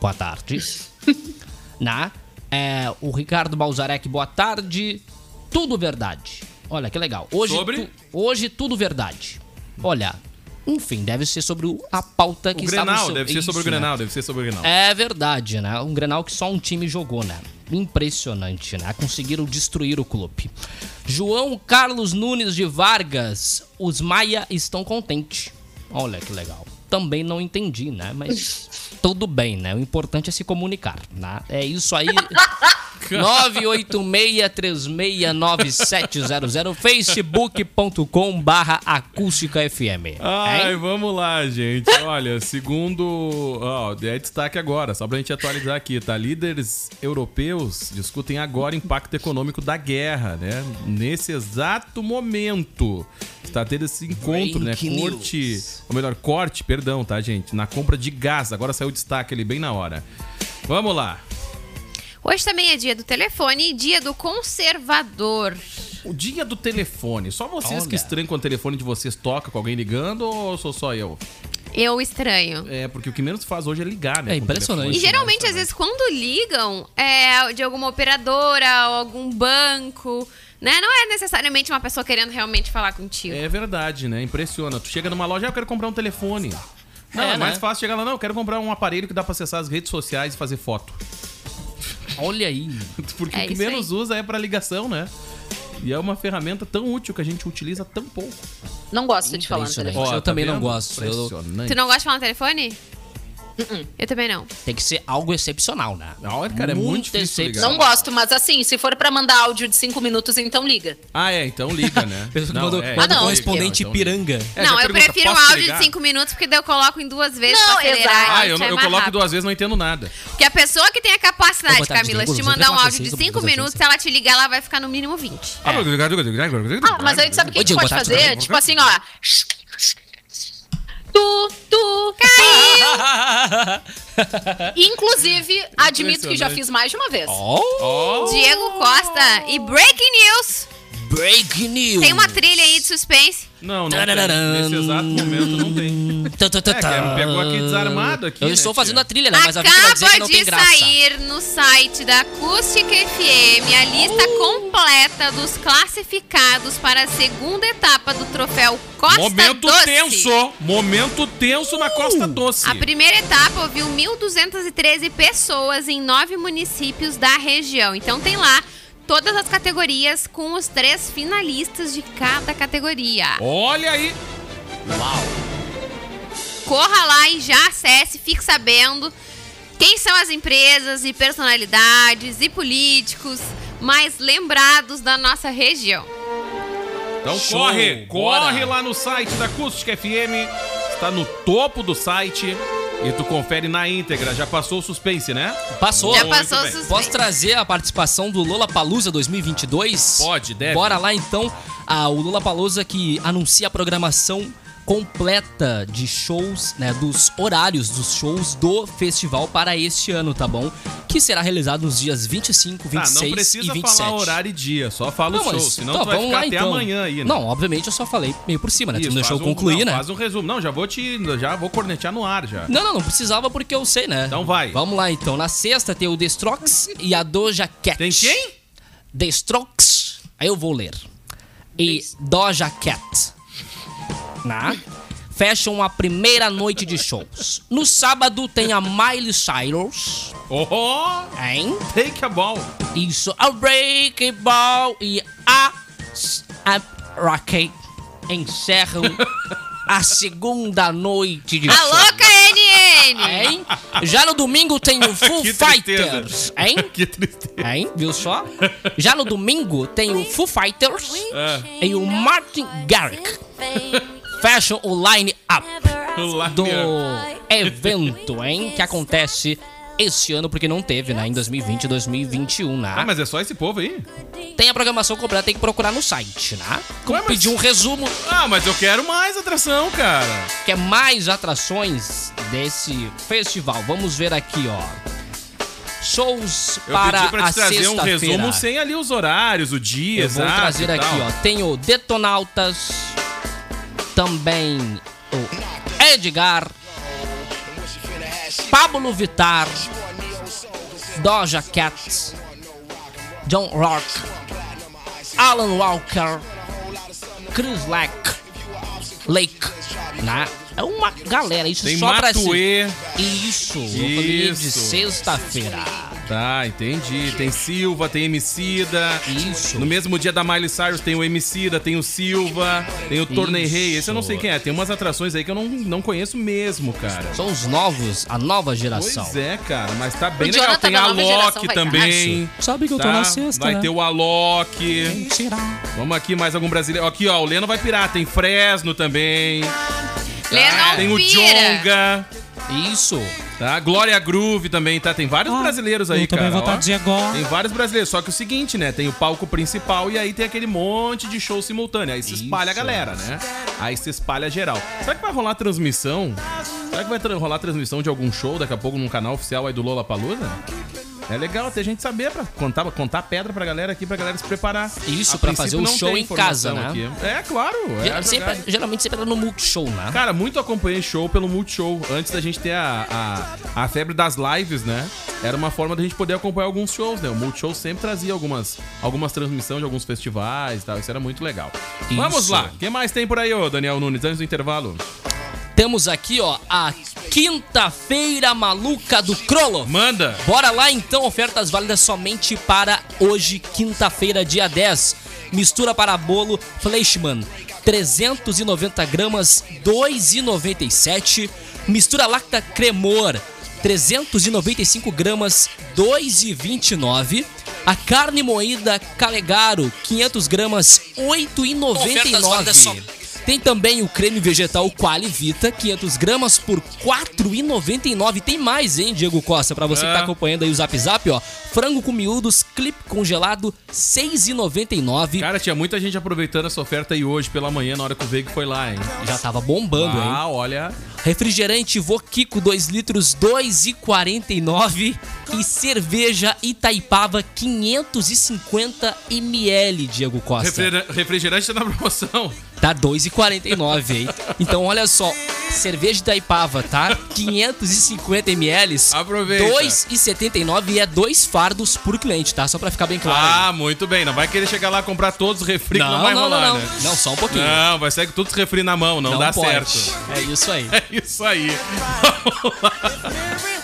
Speaker 6: boa tarde. Na, é, o Ricardo Balzarek, boa tarde. Tudo verdade. Olha que legal. Hoje,
Speaker 5: Sobre?
Speaker 6: tu- hoje tudo verdade. Olha, enfim, deve ser sobre o- a pauta
Speaker 5: O
Speaker 6: que estava
Speaker 5: Grenal,
Speaker 6: so-
Speaker 5: deve ser sobre o
Speaker 6: Isso, né?
Speaker 5: Grenal, deve ser sobre o Grenal.
Speaker 6: É verdade, né? Um Grenal que só um time jogou, né? Impressionante, né? Conseguiram destruir o clube. João Carlos Nunes de Vargas. Os Maia estão contentes. Olha que legal. Também não entendi, né? Mas tudo bem, né? O importante é se comunicar, né? É isso aí. 986369700 facebook.com barra acústica FM.
Speaker 5: Ai, vamos lá, gente. Olha, segundo. Ó, é destaque agora, só pra gente atualizar aqui, tá? Líderes europeus discutem agora o impacto econômico da guerra, né? Nesse exato momento. Está tendo esse encontro, né?
Speaker 6: Breaking
Speaker 5: Corte.
Speaker 6: news.
Speaker 5: Ou melhor, corte, perdão, tá, gente? Na compra de gás. Agora saiu o destaque ali bem na hora. Vamos lá.
Speaker 7: Hoje também é dia do telefone e dia do conservador.
Speaker 5: O dia do telefone. Só vocês
Speaker 6: Olha.
Speaker 5: que estranham quando o telefone de vocês toca com alguém ligando ou sou só eu?
Speaker 7: Eu estranho.
Speaker 5: É, porque o que menos faz hoje é ligar, né?
Speaker 6: É
Speaker 5: com o
Speaker 6: impressionante.
Speaker 5: telefone.
Speaker 7: E geralmente,
Speaker 5: é
Speaker 7: às vezes, quando ligam é de alguma operadora ou algum banco, né? Não é necessariamente uma pessoa querendo realmente falar contigo.
Speaker 5: É verdade, né? Impressiona. Tu chega numa loja, ah, eu quero comprar um telefone. Não,
Speaker 6: É,
Speaker 5: é,
Speaker 6: né?
Speaker 5: mais fácil chegar lá, não, eu quero comprar um aparelho que dá pra acessar as redes sociais e fazer foto.
Speaker 6: Olha aí.
Speaker 5: Porque
Speaker 7: É
Speaker 5: o que
Speaker 7: isso
Speaker 5: menos usa é pra ligação, né? E é uma ferramenta tão útil que a gente utiliza tão pouco.
Speaker 8: Não gosto de falar né? no
Speaker 5: é
Speaker 6: Impressionante. Ó,
Speaker 8: telefone.
Speaker 6: Eu também não
Speaker 5: vendo?
Speaker 6: gosto. Eu-
Speaker 5: Impressionante.
Speaker 7: Tu não gosta de falar no telefone?
Speaker 5: Uh-uh.
Speaker 7: Eu também não.
Speaker 6: Tem que ser algo excepcional, né?
Speaker 5: Na hora, cara, é muito difícil ligar.
Speaker 6: excepcional.
Speaker 8: Não gosto, mas assim, se for pra mandar áudio de cinco minutos, então liga.
Speaker 5: Ah, é, então liga, né?
Speaker 6: Pessoa que
Speaker 5: Não,
Speaker 6: mandou,
Speaker 5: é,
Speaker 7: Ah,
Speaker 6: mandou
Speaker 5: então
Speaker 8: não,
Speaker 6: correspondente
Speaker 5: liga, então liga.
Speaker 6: piranga.
Speaker 5: É,
Speaker 7: não,
Speaker 5: já
Speaker 7: eu
Speaker 5: pergunta,
Speaker 7: prefiro um
Speaker 5: "Posso te
Speaker 7: áudio
Speaker 5: ligar?"
Speaker 7: de 5 minutos, porque daí eu coloco em duas vezes
Speaker 8: Não,
Speaker 7: pra acelerar.
Speaker 8: exato.
Speaker 5: Ah, eu,
Speaker 7: isso é
Speaker 5: eu
Speaker 7: mais
Speaker 5: coloco
Speaker 7: rápido.
Speaker 5: duas vezes não entendo nada.
Speaker 7: Porque a pessoa que tem a
Speaker 6: Vou
Speaker 7: capacidade,
Speaker 6: botar de
Speaker 7: Camila, de
Speaker 6: novo,
Speaker 7: te
Speaker 6: vou
Speaker 7: mandar um
Speaker 6: botar
Speaker 7: áudio de
Speaker 6: vocês,
Speaker 7: 5
Speaker 6: vou botar
Speaker 7: minutos, se ela te ligar, ela vai ficar no mínimo 20.
Speaker 6: É.
Speaker 8: Ah, mas aí tu sabe o que, que pode fazer? Tipo assim, ó. Tu, tu, caiu.
Speaker 5: Ah,
Speaker 8: Inclusive, admito que já fiz mais de uma vez.
Speaker 6: oh,
Speaker 7: Diego Costa e Breaking News.
Speaker 6: break news.
Speaker 7: Tem uma trilha aí de suspense.
Speaker 5: Não, não.
Speaker 6: Tarararã.
Speaker 5: tem. Nesse exato momento não tem.
Speaker 6: Tá, tá, tá,
Speaker 5: É, cara,
Speaker 6: tá.
Speaker 5: me pegou aqui desarmado aqui,
Speaker 6: Eu
Speaker 5: né,
Speaker 6: estou
Speaker 5: tia?
Speaker 6: fazendo a trilha, né? Mas a Vicky vai dizer que
Speaker 7: Acaba
Speaker 6: não tem
Speaker 7: de
Speaker 6: graça.
Speaker 7: sair no site da Acústica FM a lista completa dos classificados para a segunda etapa do troféu Costa
Speaker 5: Momento
Speaker 7: Doce.
Speaker 5: tenso. Momento tenso na
Speaker 6: Uh,
Speaker 5: Costa Doce.
Speaker 7: A primeira etapa ouviu 1.213 pessoas em nove municípios da região. Então tem lá todas as categorias com os três finalistas de cada categoria.
Speaker 5: Olha aí.
Speaker 7: Corra lá e já acesse, fique sabendo quem são as empresas e personalidades e políticos mais lembrados da nossa região.
Speaker 5: Então
Speaker 6: Show,
Speaker 5: corre,
Speaker 6: bora.
Speaker 5: corre lá no site da Acústica FM. Está no topo do site e tu confere na íntegra. Já passou o suspense, né?
Speaker 6: Passou.
Speaker 7: já
Speaker 5: muito
Speaker 7: passou
Speaker 5: bem.
Speaker 7: suspense.
Speaker 6: Posso trazer a participação do Lola Palusa 2022?
Speaker 5: Pode, deve.
Speaker 6: Bora lá então. Ah, o Lola Palusa que anuncia a programação completa de shows, né, dos horários dos shows do festival para este ano, tá bom? Que será realizado nos dias 25,
Speaker 5: Tá,
Speaker 6: 26
Speaker 5: não precisa
Speaker 6: e 27.
Speaker 5: falar horário e dia, só fala o show, senão
Speaker 6: tá,
Speaker 5: tu vai
Speaker 6: vamos
Speaker 5: ficar
Speaker 6: lá,
Speaker 5: até
Speaker 6: então.
Speaker 5: amanhã aí, né?
Speaker 6: Não, obviamente eu só falei meio por cima, né? tu
Speaker 5: Isso,
Speaker 6: não deixou
Speaker 5: faz
Speaker 6: eu
Speaker 5: um-
Speaker 6: concluir,
Speaker 5: não,
Speaker 6: né?
Speaker 5: Faz um resumo. Não, já vou te. Já vou cornetear no ar já.
Speaker 6: Não, não, não precisava porque eu sei, né?
Speaker 5: Então vai.
Speaker 6: Vamos lá então. Na sexta tem o The Strokes e a Doja Cat.
Speaker 5: Tem quem?
Speaker 6: The Strokes. Aí eu vou ler. E Doja Cat. Na. Fecham a primeira noite de shows. No sábado tem a Miley Cyrus,
Speaker 5: Oh,
Speaker 6: hein?
Speaker 5: take a ball.
Speaker 6: Isso, a Breaking Ball e a, a Rocket encerram a segunda noite de
Speaker 7: A
Speaker 6: shows.
Speaker 7: louca NN!
Speaker 6: Hein? Já no domingo tem o Full
Speaker 5: Que
Speaker 6: Fighters.
Speaker 5: tristeza.
Speaker 6: Hein?
Speaker 5: Que tristeza.
Speaker 6: Hein? Viu só? Já no domingo tem o Full Fighters e o Martin Garrick. Fecham o line up
Speaker 5: Lá
Speaker 6: do
Speaker 5: mesmo.
Speaker 6: evento, hein? Que acontece este ano, porque não teve, né? Em 2020 e 2021, né?
Speaker 5: Ah, mas é só esse povo aí?
Speaker 6: Tem a programação completa, tem que procurar no site, né? Como
Speaker 5: Ué, mas-
Speaker 6: pedir um resumo,
Speaker 5: Ah, mas eu quero mais atração, cara.
Speaker 6: quer mais atrações desse festival. Vamos ver aqui, ó. Shows
Speaker 5: Eu
Speaker 6: para
Speaker 5: pedi pra
Speaker 6: a
Speaker 5: te trazer um
Speaker 6: sexta-feira.
Speaker 5: resumo sem ali os horários, o dia,
Speaker 6: Eu vou
Speaker 5: exato
Speaker 6: trazer
Speaker 5: e
Speaker 6: aqui,
Speaker 5: tal.
Speaker 6: ó. Tem o Detonautas, também o Edgar, Pablo Vittar, Doja Cat, John Rock, Alan Walker, Chris Lake, Lake, né? É uma galera, isso
Speaker 5: Tem
Speaker 6: só pra se...
Speaker 5: Matuê.
Speaker 6: Isso, eu falei de
Speaker 5: Isso.
Speaker 6: sexta-feira.
Speaker 5: Tá, entendi. Tem Silva, tem Emicida.
Speaker 6: Isso.
Speaker 5: No mesmo dia da Miley Cyrus tem o Emicida, tem o Silva, tem o Tornei Rei. Esse eu não sei quem é. Tem umas atrações aí que eu não, não conheço mesmo, cara.
Speaker 6: São os novos, a nova geração.
Speaker 5: Pois é, cara, mas tá bem
Speaker 8: O
Speaker 5: legal.
Speaker 8: Jonathan
Speaker 5: Tem
Speaker 8: da
Speaker 5: a
Speaker 8: nova geração
Speaker 5: Alok
Speaker 8: vai
Speaker 5: também.
Speaker 6: Sabe que eu tô
Speaker 5: Tá?
Speaker 6: na sexta,
Speaker 5: vai
Speaker 6: né?
Speaker 5: ter o Alok. Vamos aqui, mais algum brasileiro. Aqui, ó, o Leno vai pirar. Tem Fresno também.
Speaker 8: é um
Speaker 7: Lennon
Speaker 5: Tem o
Speaker 7: Pira.
Speaker 5: Jonga.
Speaker 6: Isso.
Speaker 5: Tá? Glória Groove também, tá? Tem vários brasileiros aí, cara. ó.
Speaker 6: agora.
Speaker 5: Tem vários brasileiros, só que o seguinte, né? Tem o palco principal e aí tem aquele monte de show simultâneo. Aí se espalha a
Speaker 6: Isso.
Speaker 5: galera, né? Aí se espalha geral. Será que vai rolar transmissão? Será que vai tra- rolar transmissão de algum show daqui a pouco num canal oficial aí do Lola Palusa? É legal ter gente saber pra contar, contar pedra pra galera aqui, pra galera se preparar.
Speaker 6: Isso,
Speaker 5: A
Speaker 6: pra
Speaker 5: princípio
Speaker 6: fazer o
Speaker 5: não
Speaker 6: show
Speaker 5: tem
Speaker 6: em casa,
Speaker 5: informação
Speaker 6: né?
Speaker 5: aqui. É, claro. é a jogada.
Speaker 6: geralmente sempre era no Multishow, né?
Speaker 5: Ah. Cara, muito acompanhei show pelo Multishow. Antes da gente ter a, a, a febre das lives, né? Era uma forma da gente poder acompanhar alguns shows, né? O Multishow sempre trazia algumas, algumas transmissões de alguns festivais e tal. Isso era muito legal. Vamos
Speaker 6: Isso.
Speaker 5: lá. O que mais tem por aí, ô Daniel Nunes, antes do intervalo?
Speaker 6: Temos aqui, ó, a quinta-feira maluca do Krolo.
Speaker 5: Manda!
Speaker 6: Bora lá então, ofertas válidas somente para hoje, quinta-feira, dia 10. Mistura para bolo Fleischmann. 390 gramas, 2,97. Mistura lacta cremor, 395 gramas, 2,29. A carne moída Calegaro, 500 gramas, 8,99. Tem também o creme vegetal Qualivita, 500 gramas por R$ 4,99. Tem mais, hein, Diego Costa, pra você que tá
Speaker 5: É.
Speaker 6: acompanhando aí o Zap Zap, ó. Frango com miúdos, clipe congelado, R$ 6,99.
Speaker 5: Cara, tinha muita gente aproveitando essa oferta aí hoje pela manhã, na hora que o Veiga foi lá, hein?
Speaker 6: Já tava bombando, hein?
Speaker 5: Ah, olha.
Speaker 6: Refrigerante Voquico 2 litros 2,49 e cerveja Itaipava 550 ml, Diego Costa.
Speaker 5: Refri- Refrigerante tá na promoção.
Speaker 6: Tá 2,49, hein? Então olha só, cerveja Itaipava, tá? 550 ml,
Speaker 5: Aproveita.
Speaker 6: 2,79 e é dois fardos por cliente, tá? Só pra ficar bem claro. aí.
Speaker 5: Ah, muito bem. Não vai querer chegar lá comprar todos os refri que não vai rolar,
Speaker 6: não,
Speaker 5: né?
Speaker 6: não. Não, só um pouquinho.
Speaker 5: Não, vai sair com todos os refri na mão, não, dá
Speaker 6: pode.
Speaker 5: certo.
Speaker 6: É isso aí.
Speaker 5: É isso aí. Vamos lá.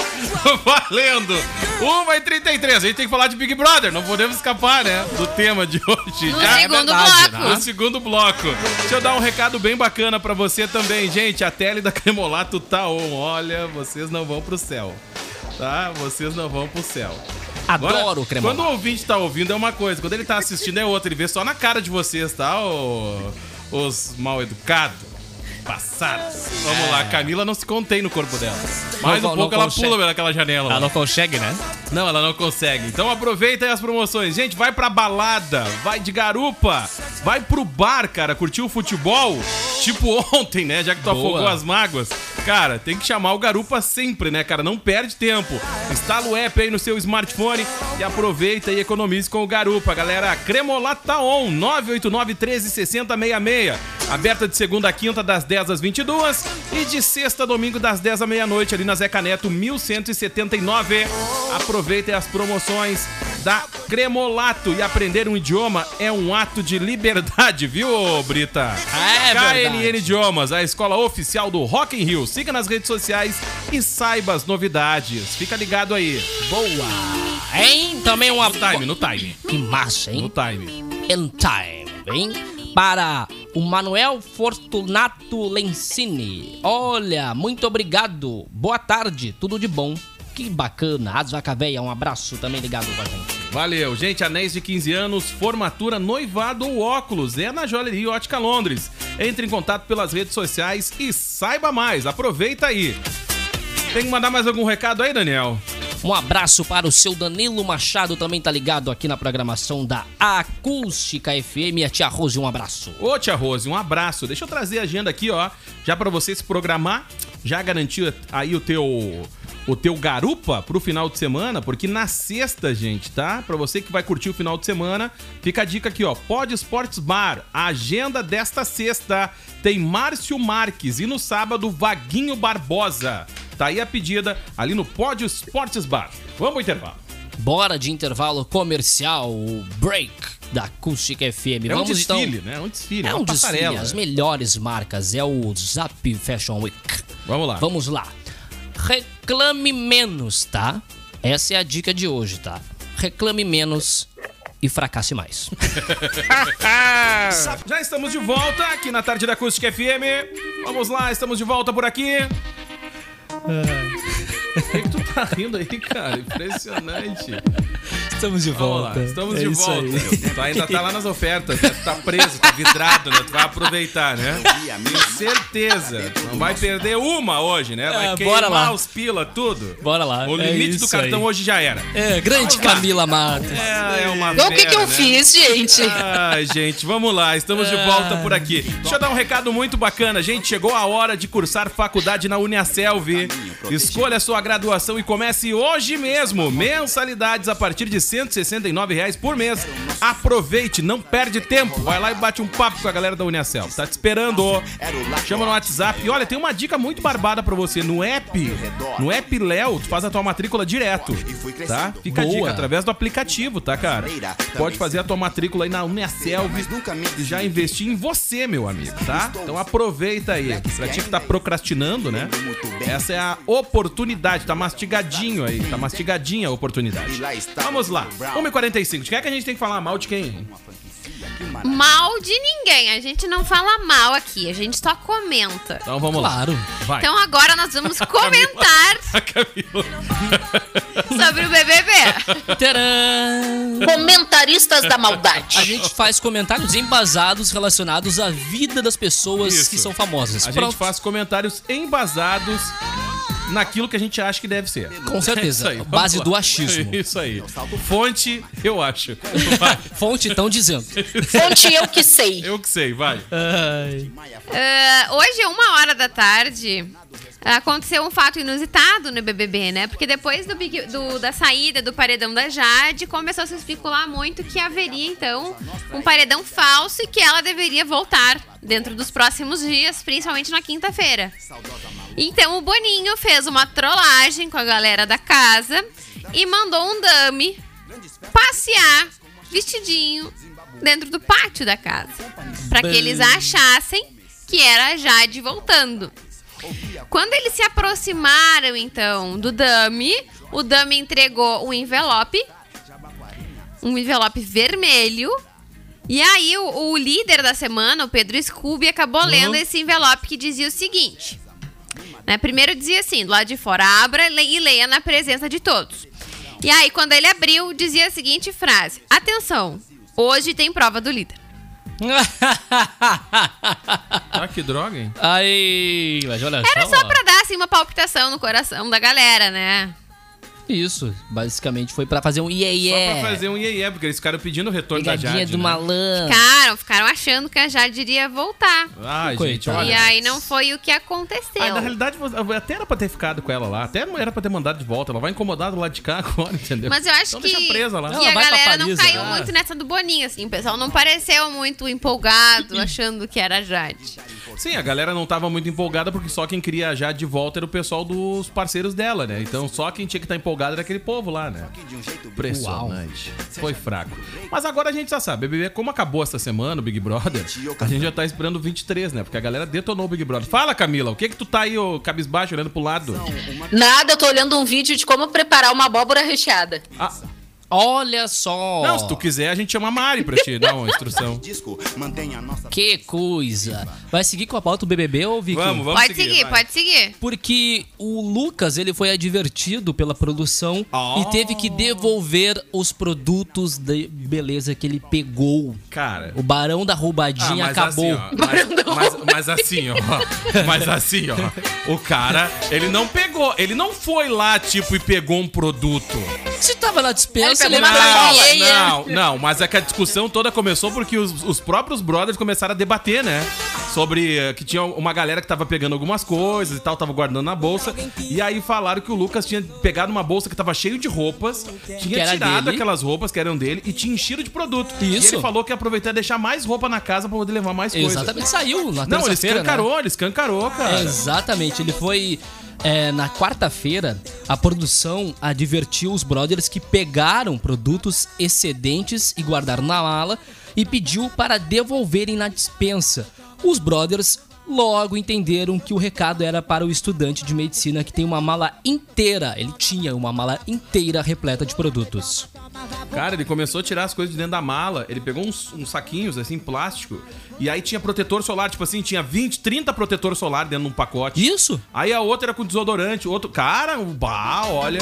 Speaker 5: Valendo! 1h33, a gente tem que falar de Big Brother, não podemos escapar, né? Do tema de hoje.
Speaker 7: No
Speaker 5: Já-
Speaker 7: segundo bloco.
Speaker 5: No segundo bloco. Deixa eu dar um recado bem bacana pra você também, gente. A tele da Cremolato tá on. Olha, vocês não vão pro céu. Tá? Vocês não vão pro céu. Agora,
Speaker 6: Adoro o cremão.
Speaker 5: Quando o ouvinte tá ouvindo é uma coisa, quando ele tá assistindo é outra. Ele vê só na cara de vocês, tá? ô- os mal educados. Passados. Vamos lá, a Camila não se contém no corpo dela. Mais
Speaker 6: É. Não,
Speaker 5: um
Speaker 6: não
Speaker 5: pouco ela
Speaker 6: consegue.
Speaker 5: pula naquela janela. lá.
Speaker 6: Ela não consegue, né?
Speaker 5: Não, ela não consegue. Então aproveita aí as promoções. Gente, vai pra balada, vai de garupa, vai pro bar, cara, curtir o futebol. Tipo ontem, né? Já que tu
Speaker 6: Boa.
Speaker 5: afogou as mágoas. Cara, tem que chamar o garupa sempre, né, cara? Não perde tempo. Instala o app aí no seu smartphone e aproveita e economize com o garupa, galera. Cremolato tá on, 989 136066. Aberta de segunda a quinta, das 10 às 22 e de sexta a domingo, das 10 à meia-noite, ali na Zeca Neto, 1179. Aproveitem as promoções da Cremolato e aprender um idioma é um ato de liberdade, viu, ô, Brita?
Speaker 6: É
Speaker 5: KNN
Speaker 6: verdade.
Speaker 5: Idiomas, a escola oficial do Rock in Rio. Siga nas redes sociais e saiba as novidades. Fica ligado aí.
Speaker 6: Boa! Hein? Também um uma...
Speaker 5: No time, no time,
Speaker 6: Que massa, hein?
Speaker 5: no time.
Speaker 6: in time, hein? Para o Manuel Fortunato Lencini. Olha, muito obrigado. Boa tarde, tudo de bom. Que bacana. As Vaca Véia, um abraço também ligado com a gente.
Speaker 5: Valeu, gente. Anéis de 15 anos, formatura, noivado ou óculos. É na Joalheria Ótica Londres. Entre em contato pelas redes sociais e saiba mais. Aproveita aí. Tem que mandar mais algum recado aí, Daniel?
Speaker 6: Um abraço para o seu Danilo Machado, também tá ligado aqui na programação da Acústica FM. A tia Rose, um abraço.
Speaker 5: Ô, tia Rose, um abraço. Deixa eu trazer a agenda aqui, ó, já pra você se programar, já garantir aí o teu o teu garupa pro final de semana, porque na sexta, gente, tá? Pra você que vai curtir o final de semana, fica a dica aqui, ó, Pod Esportes Bar, a agenda desta sexta tem Márcio Marques e no sábado Vaguinho Barbosa. Tá aí a pedida ali no Pod Esportes Bar. Vamos ao intervalo.
Speaker 6: Bora de intervalo comercial, o break da Acústica FM.
Speaker 5: É um
Speaker 6: Vamos então.
Speaker 5: desfile, né? É um desfile,
Speaker 6: É um desfile,
Speaker 5: passarela. né?
Speaker 6: as melhores marcas, é o Zap Fashion Week.
Speaker 5: Vamos lá.
Speaker 6: Vamos lá. Reclame menos, tá? Essa é a dica de hoje, tá? Reclame menos e fracasse mais.
Speaker 5: Já estamos de volta aqui na tarde da Acústica FM. Vamos lá, estamos de volta por aqui.
Speaker 6: É.
Speaker 5: Por que que tu tá rindo aí, cara? Impressionante.
Speaker 6: Estamos de É
Speaker 5: Vamos lá, estamos de volta. Tu ainda tá lá nas ofertas, né? Tu tá preso, tá vidrado, né? Tu vai aproveitar, né? Tenho certeza. Não vai perder uma hoje, né? Vai
Speaker 6: É,
Speaker 5: queimar
Speaker 6: bora lá.
Speaker 5: os pila, tudo.
Speaker 6: Bora lá,
Speaker 5: O
Speaker 6: é
Speaker 5: limite do
Speaker 6: isso
Speaker 5: cartão
Speaker 6: aí.
Speaker 5: hoje já era.
Speaker 6: É, grande Camila Matos.
Speaker 5: É, é uma
Speaker 8: Então o que, que
Speaker 5: fera,
Speaker 8: eu
Speaker 5: né?
Speaker 8: fiz, gente?
Speaker 5: Ai, gente, vamos lá, estamos de volta por aqui. Deixa eu dar um recado muito bacana, gente. Chegou a hora de cursar faculdade na Uniaselv. Escolha a sua graduação e comece hoje mesmo. Mensalidades a partir de R$ 169 reais por mês. Aproveite, não perde tempo. Vai lá e bate um papo com a galera da Uniaselv. Tá te esperando. Chama no WhatsApp. E olha, tem uma dica muito barbada pra você. No app, no app Léo, tu faz a tua matrícula direto. Tá? Fica a
Speaker 6: Boa.
Speaker 5: dica, através do aplicativo, tá, cara? Pode fazer a tua matrícula aí na Uniaselv e já investir em você, meu amigo, tá? Então aproveita aí. Pra ti que tá procrastinando, né? Essa é a oportunidade. Tá mastigadinho aí. Tá mastigadinha a oportunidade. Vamos lá. 1h45. De quem é que a gente tem que falar mal de quem? senhora.
Speaker 7: Mal de ninguém. A gente não fala mal aqui, a gente só comenta.
Speaker 5: Então vamos
Speaker 6: Claro.
Speaker 5: lá. Vai.
Speaker 7: Então agora nós vamos comentar
Speaker 5: A Camila.
Speaker 7: sobre o BBB.
Speaker 6: Tcharam!
Speaker 8: Comentaristas da maldade.
Speaker 6: A gente faz comentários embasados relacionados à vida das pessoas
Speaker 5: Isso.
Speaker 6: que são famosas.
Speaker 5: A
Speaker 6: Pronto.
Speaker 5: gente faz comentários embasados naquilo que a gente acha que deve ser.
Speaker 6: Com certeza.
Speaker 5: É vamos
Speaker 6: Base
Speaker 5: lá. É
Speaker 6: do achismo.
Speaker 5: Isso aí. Fonte, eu acho. Vai,
Speaker 6: Fonte estão dizendo.
Speaker 8: Fonte eu que sei.
Speaker 5: eu que sei, vai.
Speaker 7: Ah, hoje, uma hora da tarde, aconteceu um fato inusitado no BBB, né? Porque depois do Big- do- da saída do paredão da Jade, começou a se especular muito que haveria, então, um paredão falso e que ela deveria voltar dentro dos próximos dias, principalmente na quinta-feira. Então, o Boninho fez uma trollagem com a galera da casa e mandou um dummy passear vestidinho dentro do pátio da casa. Pra que eles achassem que era a Jade voltando. Quando eles se aproximaram, então, do Dami, o Dami entregou um envelope. Um envelope vermelho. E aí, o, o líder da semana, o Pedro Scooby, acabou lendo esse envelope que dizia o seguinte. Né? Primeiro dizia assim, do lado de fora, abra le- e leia na presença de todos. E aí, quando ele abriu, dizia a seguinte frase. Atenção, hoje tem prova do líder.
Speaker 5: Ah, que droga, hein?
Speaker 6: Aí, mas
Speaker 5: É
Speaker 6: olha
Speaker 7: Era
Speaker 6: só.
Speaker 7: só pra dar, assim, uma palpitação no coração da galera, né?
Speaker 6: Isso, basicamente foi pra fazer um iê
Speaker 5: Só pra
Speaker 6: iê.
Speaker 5: fazer um iê porque eles ficaram pedindo o retorno da
Speaker 6: Pegadinha
Speaker 5: Jade.
Speaker 6: do
Speaker 5: né?
Speaker 6: malandro.
Speaker 7: Ficaram, ficaram achando que a Jade iria voltar.
Speaker 5: Ah, gente,
Speaker 6: Coitado.
Speaker 5: olha.
Speaker 7: E aí não foi o que aconteceu.
Speaker 5: Ah, na realidade, você- até era pra ter ficado com ela lá. Até não era pra ter mandado de volta. Ela vai incomodar do lado de cá agora, entendeu?
Speaker 7: Mas eu acho
Speaker 5: então
Speaker 7: que,
Speaker 5: deixa presa lá.
Speaker 7: que
Speaker 6: Ela
Speaker 7: a
Speaker 6: vai pra
Speaker 7: galera não
Speaker 6: Paris,
Speaker 7: caiu
Speaker 6: né?
Speaker 7: muito nessa do Boninho, assim. O pessoal não pareceu muito empolgado, achando que era a Jade.
Speaker 5: Sim, a galera não tava muito empolgada porque só quem queria a Jade de volta era o pessoal dos parceiros dela, né? Então só quem tinha que estar empolgado era aquele povo lá, né? Impressionante. Foi fraco. Mas agora a gente já sabe, BBB, como acabou essa semana o Big Brother, a gente já tá esperando o 23, né? Porque a galera detonou o Big Brother. Fala, Camila, o que que tu tá aí, ô, cabisbaixo, olhando pro lado?
Speaker 8: Nada, eu tô olhando um vídeo de como preparar uma abóbora recheada.
Speaker 5: Ah,
Speaker 6: Olha só.
Speaker 5: não, se tu quiser, a gente chama a Mari pra te dar uma instrução.
Speaker 6: Que coisa. Vai seguir com a pauta do BBB ou Vicky?
Speaker 5: Vamos, vamos
Speaker 7: Pode seguir,
Speaker 5: vai.
Speaker 7: pode seguir.
Speaker 6: Porque o Lucas, ele foi advertido pela produção
Speaker 5: Oh.
Speaker 6: e teve que devolver os produtos de beleza que ele pegou.
Speaker 5: Cara,
Speaker 6: O barão da
Speaker 5: Ah,
Speaker 6: roubadinha
Speaker 5: mas
Speaker 6: acabou.
Speaker 5: Assim, ó, mas, mas- mas assim, ó. Mas assim, ó. O cara, ele não pegou. Ele não foi lá, tipo, e pegou um produto.
Speaker 6: Se tava na dispensa,
Speaker 8: Ele
Speaker 6: ele
Speaker 8: pegou uma
Speaker 6: pegava.
Speaker 8: sacola.
Speaker 5: não, não. Mas é que a discussão toda começou porque os, os próprios brothers começaram a debater, né? Sobre eh, que tinha uma galera que tava pegando algumas coisas e tal, tava guardando na bolsa. E aí falaram que o Lucas tinha pegado uma bolsa que tava cheio de roupas,
Speaker 6: Que
Speaker 5: tinha
Speaker 6: era
Speaker 5: tirado
Speaker 6: dele.
Speaker 5: aquelas roupas que eram dele e tinha enchido de produto. E
Speaker 6: Isso.
Speaker 5: ele falou que ia aproveitar e deixar mais roupa na casa pra poder levar mais coisas.
Speaker 6: Exatamente, saiu na
Speaker 5: Não, ele
Speaker 6: terça-feira. né?
Speaker 5: escancarou, ele escancarou, cara.
Speaker 6: é. Exatamente, ele foi. é, na quarta-feira, a produção advertiu os brothers que pegaram produtos excedentes e guardaram na mala e pediu para devolverem na dispensa. Os brothers logo entenderam que o recado era para o estudante de medicina que tem uma mala inteira. Ele tinha uma mala inteira repleta de produtos.
Speaker 5: Cara, ele começou a tirar as coisas de dentro da mala, ele pegou uns, uns saquinhos, assim, plástico, e aí tinha protetor solar, tipo assim, tinha 20, 30 protetor solar dentro de um pacote.
Speaker 6: Isso?
Speaker 5: Aí a outra era com desodorante, outro. Cara, o bah, olha.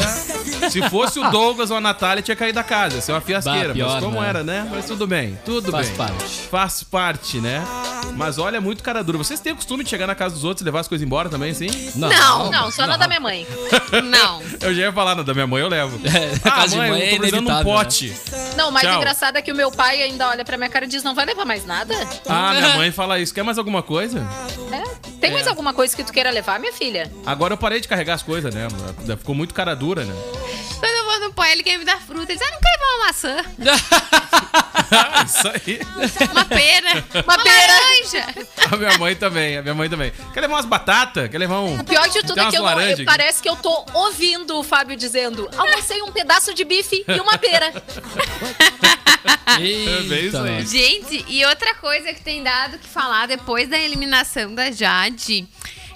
Speaker 5: Se fosse o Douglas ou a Natália, tinha caído da casa. Ia ser uma fiasqueira.
Speaker 6: Bah, pior,
Speaker 5: mas como
Speaker 6: né?
Speaker 5: era, né? Mas tudo bem, tudo
Speaker 6: Faz
Speaker 5: bem.
Speaker 6: parte.
Speaker 5: Faz parte, né? Mas olha, é muito cara dura. Vocês têm o costume de chegar na casa dos outros e levar as coisas embora também, assim? sim?
Speaker 7: Não,
Speaker 8: Não, só na da minha mãe.
Speaker 7: Não.
Speaker 5: Eu já ia falar, não, da minha mãe eu levo.
Speaker 6: É, na
Speaker 5: ah,
Speaker 6: casa de
Speaker 5: mãe,
Speaker 6: mãe é
Speaker 5: eu tô precisando de um
Speaker 6: inevitável, né?
Speaker 5: pote.
Speaker 8: Não, o mais
Speaker 5: Tchau.
Speaker 8: engraçado é que o meu pai ainda olha pra minha cara e diz: não vai levar mais nada?
Speaker 5: Ah, minha mãe fala isso. Quer mais alguma coisa?
Speaker 8: É. Tem mais alguma coisa que tu queira levar, minha filha?
Speaker 5: Agora eu parei de carregar as coisas, né? Ficou muito cara dura, né?
Speaker 7: Quando eu vou no pó, ele quer me dar fruta. Ele diz, ah, não quer levar uma maçã,
Speaker 5: Ah, isso aí.
Speaker 7: uma pera, uma,
Speaker 8: pera.
Speaker 7: laranja.
Speaker 5: A minha mãe também, a minha mãe também. Quer levar umas batatas? Quer levar um.
Speaker 8: O pior de tudo
Speaker 5: Tem
Speaker 8: é
Speaker 5: umas
Speaker 8: que eu não,
Speaker 5: laranja
Speaker 8: eu-
Speaker 5: aqui.
Speaker 8: parece que eu tô ouvindo o Fábio dizendo: almocei um pedaço de bife e uma pera.
Speaker 5: bem isso
Speaker 6: Eita,
Speaker 5: aí.
Speaker 7: Gente, e outra coisa que tem dado que falar depois da eliminação da Jade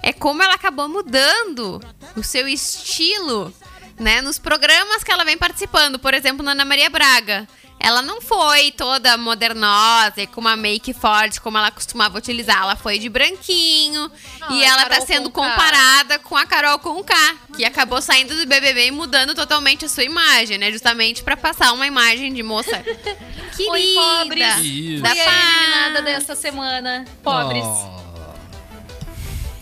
Speaker 7: é como ela acabou mudando o seu estilo, né? Nos programas que ela vem participando, por exemplo, na Ana Maria Braga. Ela não foi toda modernosa e com uma make forte como ela costumava utilizar. Ela foi de branquinho
Speaker 8: Não,
Speaker 7: e
Speaker 8: é
Speaker 7: ela tá
Speaker 8: Carol
Speaker 7: sendo
Speaker 8: Conká.
Speaker 7: comparada com a Carol Conká, que acabou saindo do BBB e mudando totalmente a sua imagem, né? Justamente pra passar uma imagem de moça querida.
Speaker 9: Oi, pobres. Fui
Speaker 6: Isso.
Speaker 9: a
Speaker 7: Da
Speaker 9: eliminada
Speaker 7: paz.
Speaker 9: dessa semana. Pobres.
Speaker 6: Oh,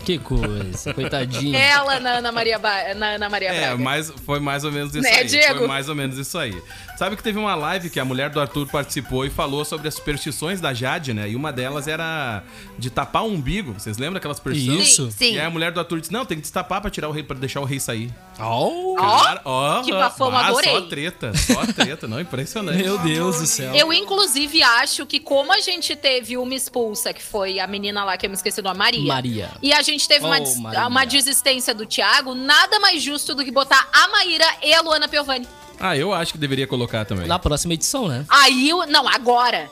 Speaker 6: Que coisa, coitadinha.
Speaker 8: Ela na Ana Maria, ba... na Ana Maria
Speaker 5: É,
Speaker 8: Braga.
Speaker 5: mas foi mais ou menos isso
Speaker 8: Né,
Speaker 5: aí. Foi
Speaker 8: Diego?
Speaker 5: mais ou menos isso aí. Sabe que teve uma live que a mulher do Arthur participou e falou sobre as superstições da Jade, né? E uma delas era de tapar o umbigo. Vocês lembram daquelas superstições?
Speaker 6: Isso.
Speaker 7: Sim.
Speaker 5: E aí a mulher do Arthur disse: Não, tem que destapar pra tirar o rei, para deixar o rei sair.
Speaker 6: Oh,
Speaker 8: Ó,
Speaker 5: oh,
Speaker 8: que bafão, adorei.
Speaker 5: Só treta, só treta, não, impressionante.
Speaker 6: meu Deus do céu.
Speaker 8: Eu, inclusive, acho que como a gente teve uma expulsa, que foi a menina lá que eu me esqueci do nome, a Maria.
Speaker 6: Maria.
Speaker 8: E a gente teve uma,
Speaker 6: Oh,
Speaker 8: des-
Speaker 6: Maria.
Speaker 8: uma desistência do Thiago, nada mais justo do que botar a Maíra e a Luana Piovani.
Speaker 5: Ah, eu acho que deveria colocar também.
Speaker 6: Na próxima edição, né?
Speaker 8: Aí, o- não, agora.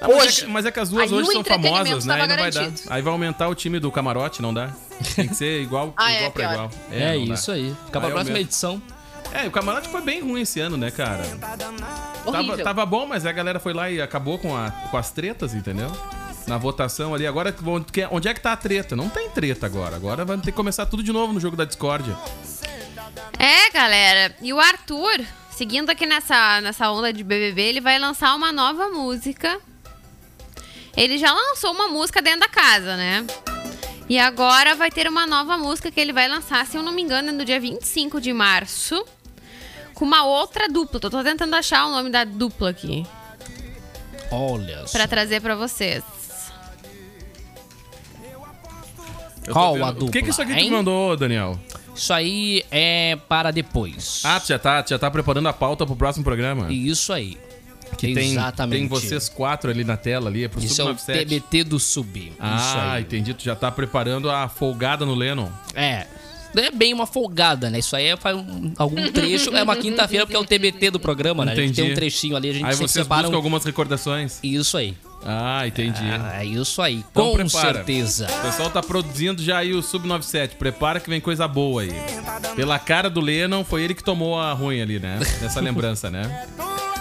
Speaker 5: Ah, mas,
Speaker 8: hoje.
Speaker 5: É que, mas é que as duas
Speaker 8: Aí
Speaker 5: hoje
Speaker 8: o
Speaker 5: são
Speaker 8: entretenimento
Speaker 5: famosas, né? Aí
Speaker 8: tava
Speaker 5: não vai dar.
Speaker 8: garantido.
Speaker 5: Aí vai aumentar o time do camarote, não dá? Tem que ser igual,
Speaker 8: Ah, é,
Speaker 5: igual pra
Speaker 8: pior.
Speaker 5: igual.
Speaker 6: É,
Speaker 5: não dá.
Speaker 6: isso aí. Acaba
Speaker 5: Ah,
Speaker 6: a
Speaker 5: eu
Speaker 6: próxima
Speaker 5: mesmo.
Speaker 6: edição.
Speaker 5: É, o camarote foi bem ruim esse ano, né, cara? Tava,
Speaker 8: Horrível.
Speaker 5: tava bom, mas a galera foi lá e acabou com, a- com as tretas, entendeu? Na votação ali. Agora, onde que- onde é que tá a treta? Não tem treta agora. Agora vai ter que começar tudo de novo no jogo da discórdia.
Speaker 7: É, galera. E o Arthur, seguindo aqui nessa, nessa onda de BBB, ele vai lançar uma nova música. Ele já lançou uma música dentro da casa, né? E agora vai ter uma nova música que ele vai lançar, se eu não me engano, é no dia 25 de março. Com uma outra dupla. Tô, tô tentando achar o nome da dupla aqui.
Speaker 6: Olha só.
Speaker 7: Pra trazer pra vocês.
Speaker 5: Eu tô
Speaker 6: Qual
Speaker 5: vendo-
Speaker 6: a
Speaker 5: O que,
Speaker 6: dupla,
Speaker 5: que isso aqui
Speaker 6: hein?
Speaker 5: te mandou, Daniel?
Speaker 6: Isso aí é para depois.
Speaker 5: Ah, tu já tá, tu já tá preparando a pauta pro próximo programa?
Speaker 6: Isso aí.
Speaker 5: Que tem,
Speaker 6: Exatamente.
Speaker 5: tem vocês quatro ali na tela, ali, é pro
Speaker 6: Isso é o
Speaker 5: Sub97.
Speaker 6: TBT do Sub. Isso
Speaker 5: Ah,
Speaker 6: aí.
Speaker 5: entendi. Tu já tá preparando a folgada no Lennon.
Speaker 6: É. Não é bem uma folgada, né? Isso aí é faz um- algum trecho. É uma quinta-feira, porque é o TBT do programa, né? A gente
Speaker 5: Entendi.
Speaker 6: tem um trechinho ali, a gente
Speaker 5: Aí
Speaker 6: sempre
Speaker 5: vocês
Speaker 6: separa.
Speaker 5: buscam
Speaker 6: Um...
Speaker 5: algumas recordações.
Speaker 6: Isso aí.
Speaker 5: Ah, entendi.
Speaker 6: Ah, é isso aí.
Speaker 5: Então
Speaker 6: Com
Speaker 5: prepara.
Speaker 6: certeza.
Speaker 5: O pessoal tá produzindo já aí o Sub97. Prepara que vem coisa boa aí. Pela cara do Lennon, foi ele que tomou a ruim ali, né? Nessa lembrança, né?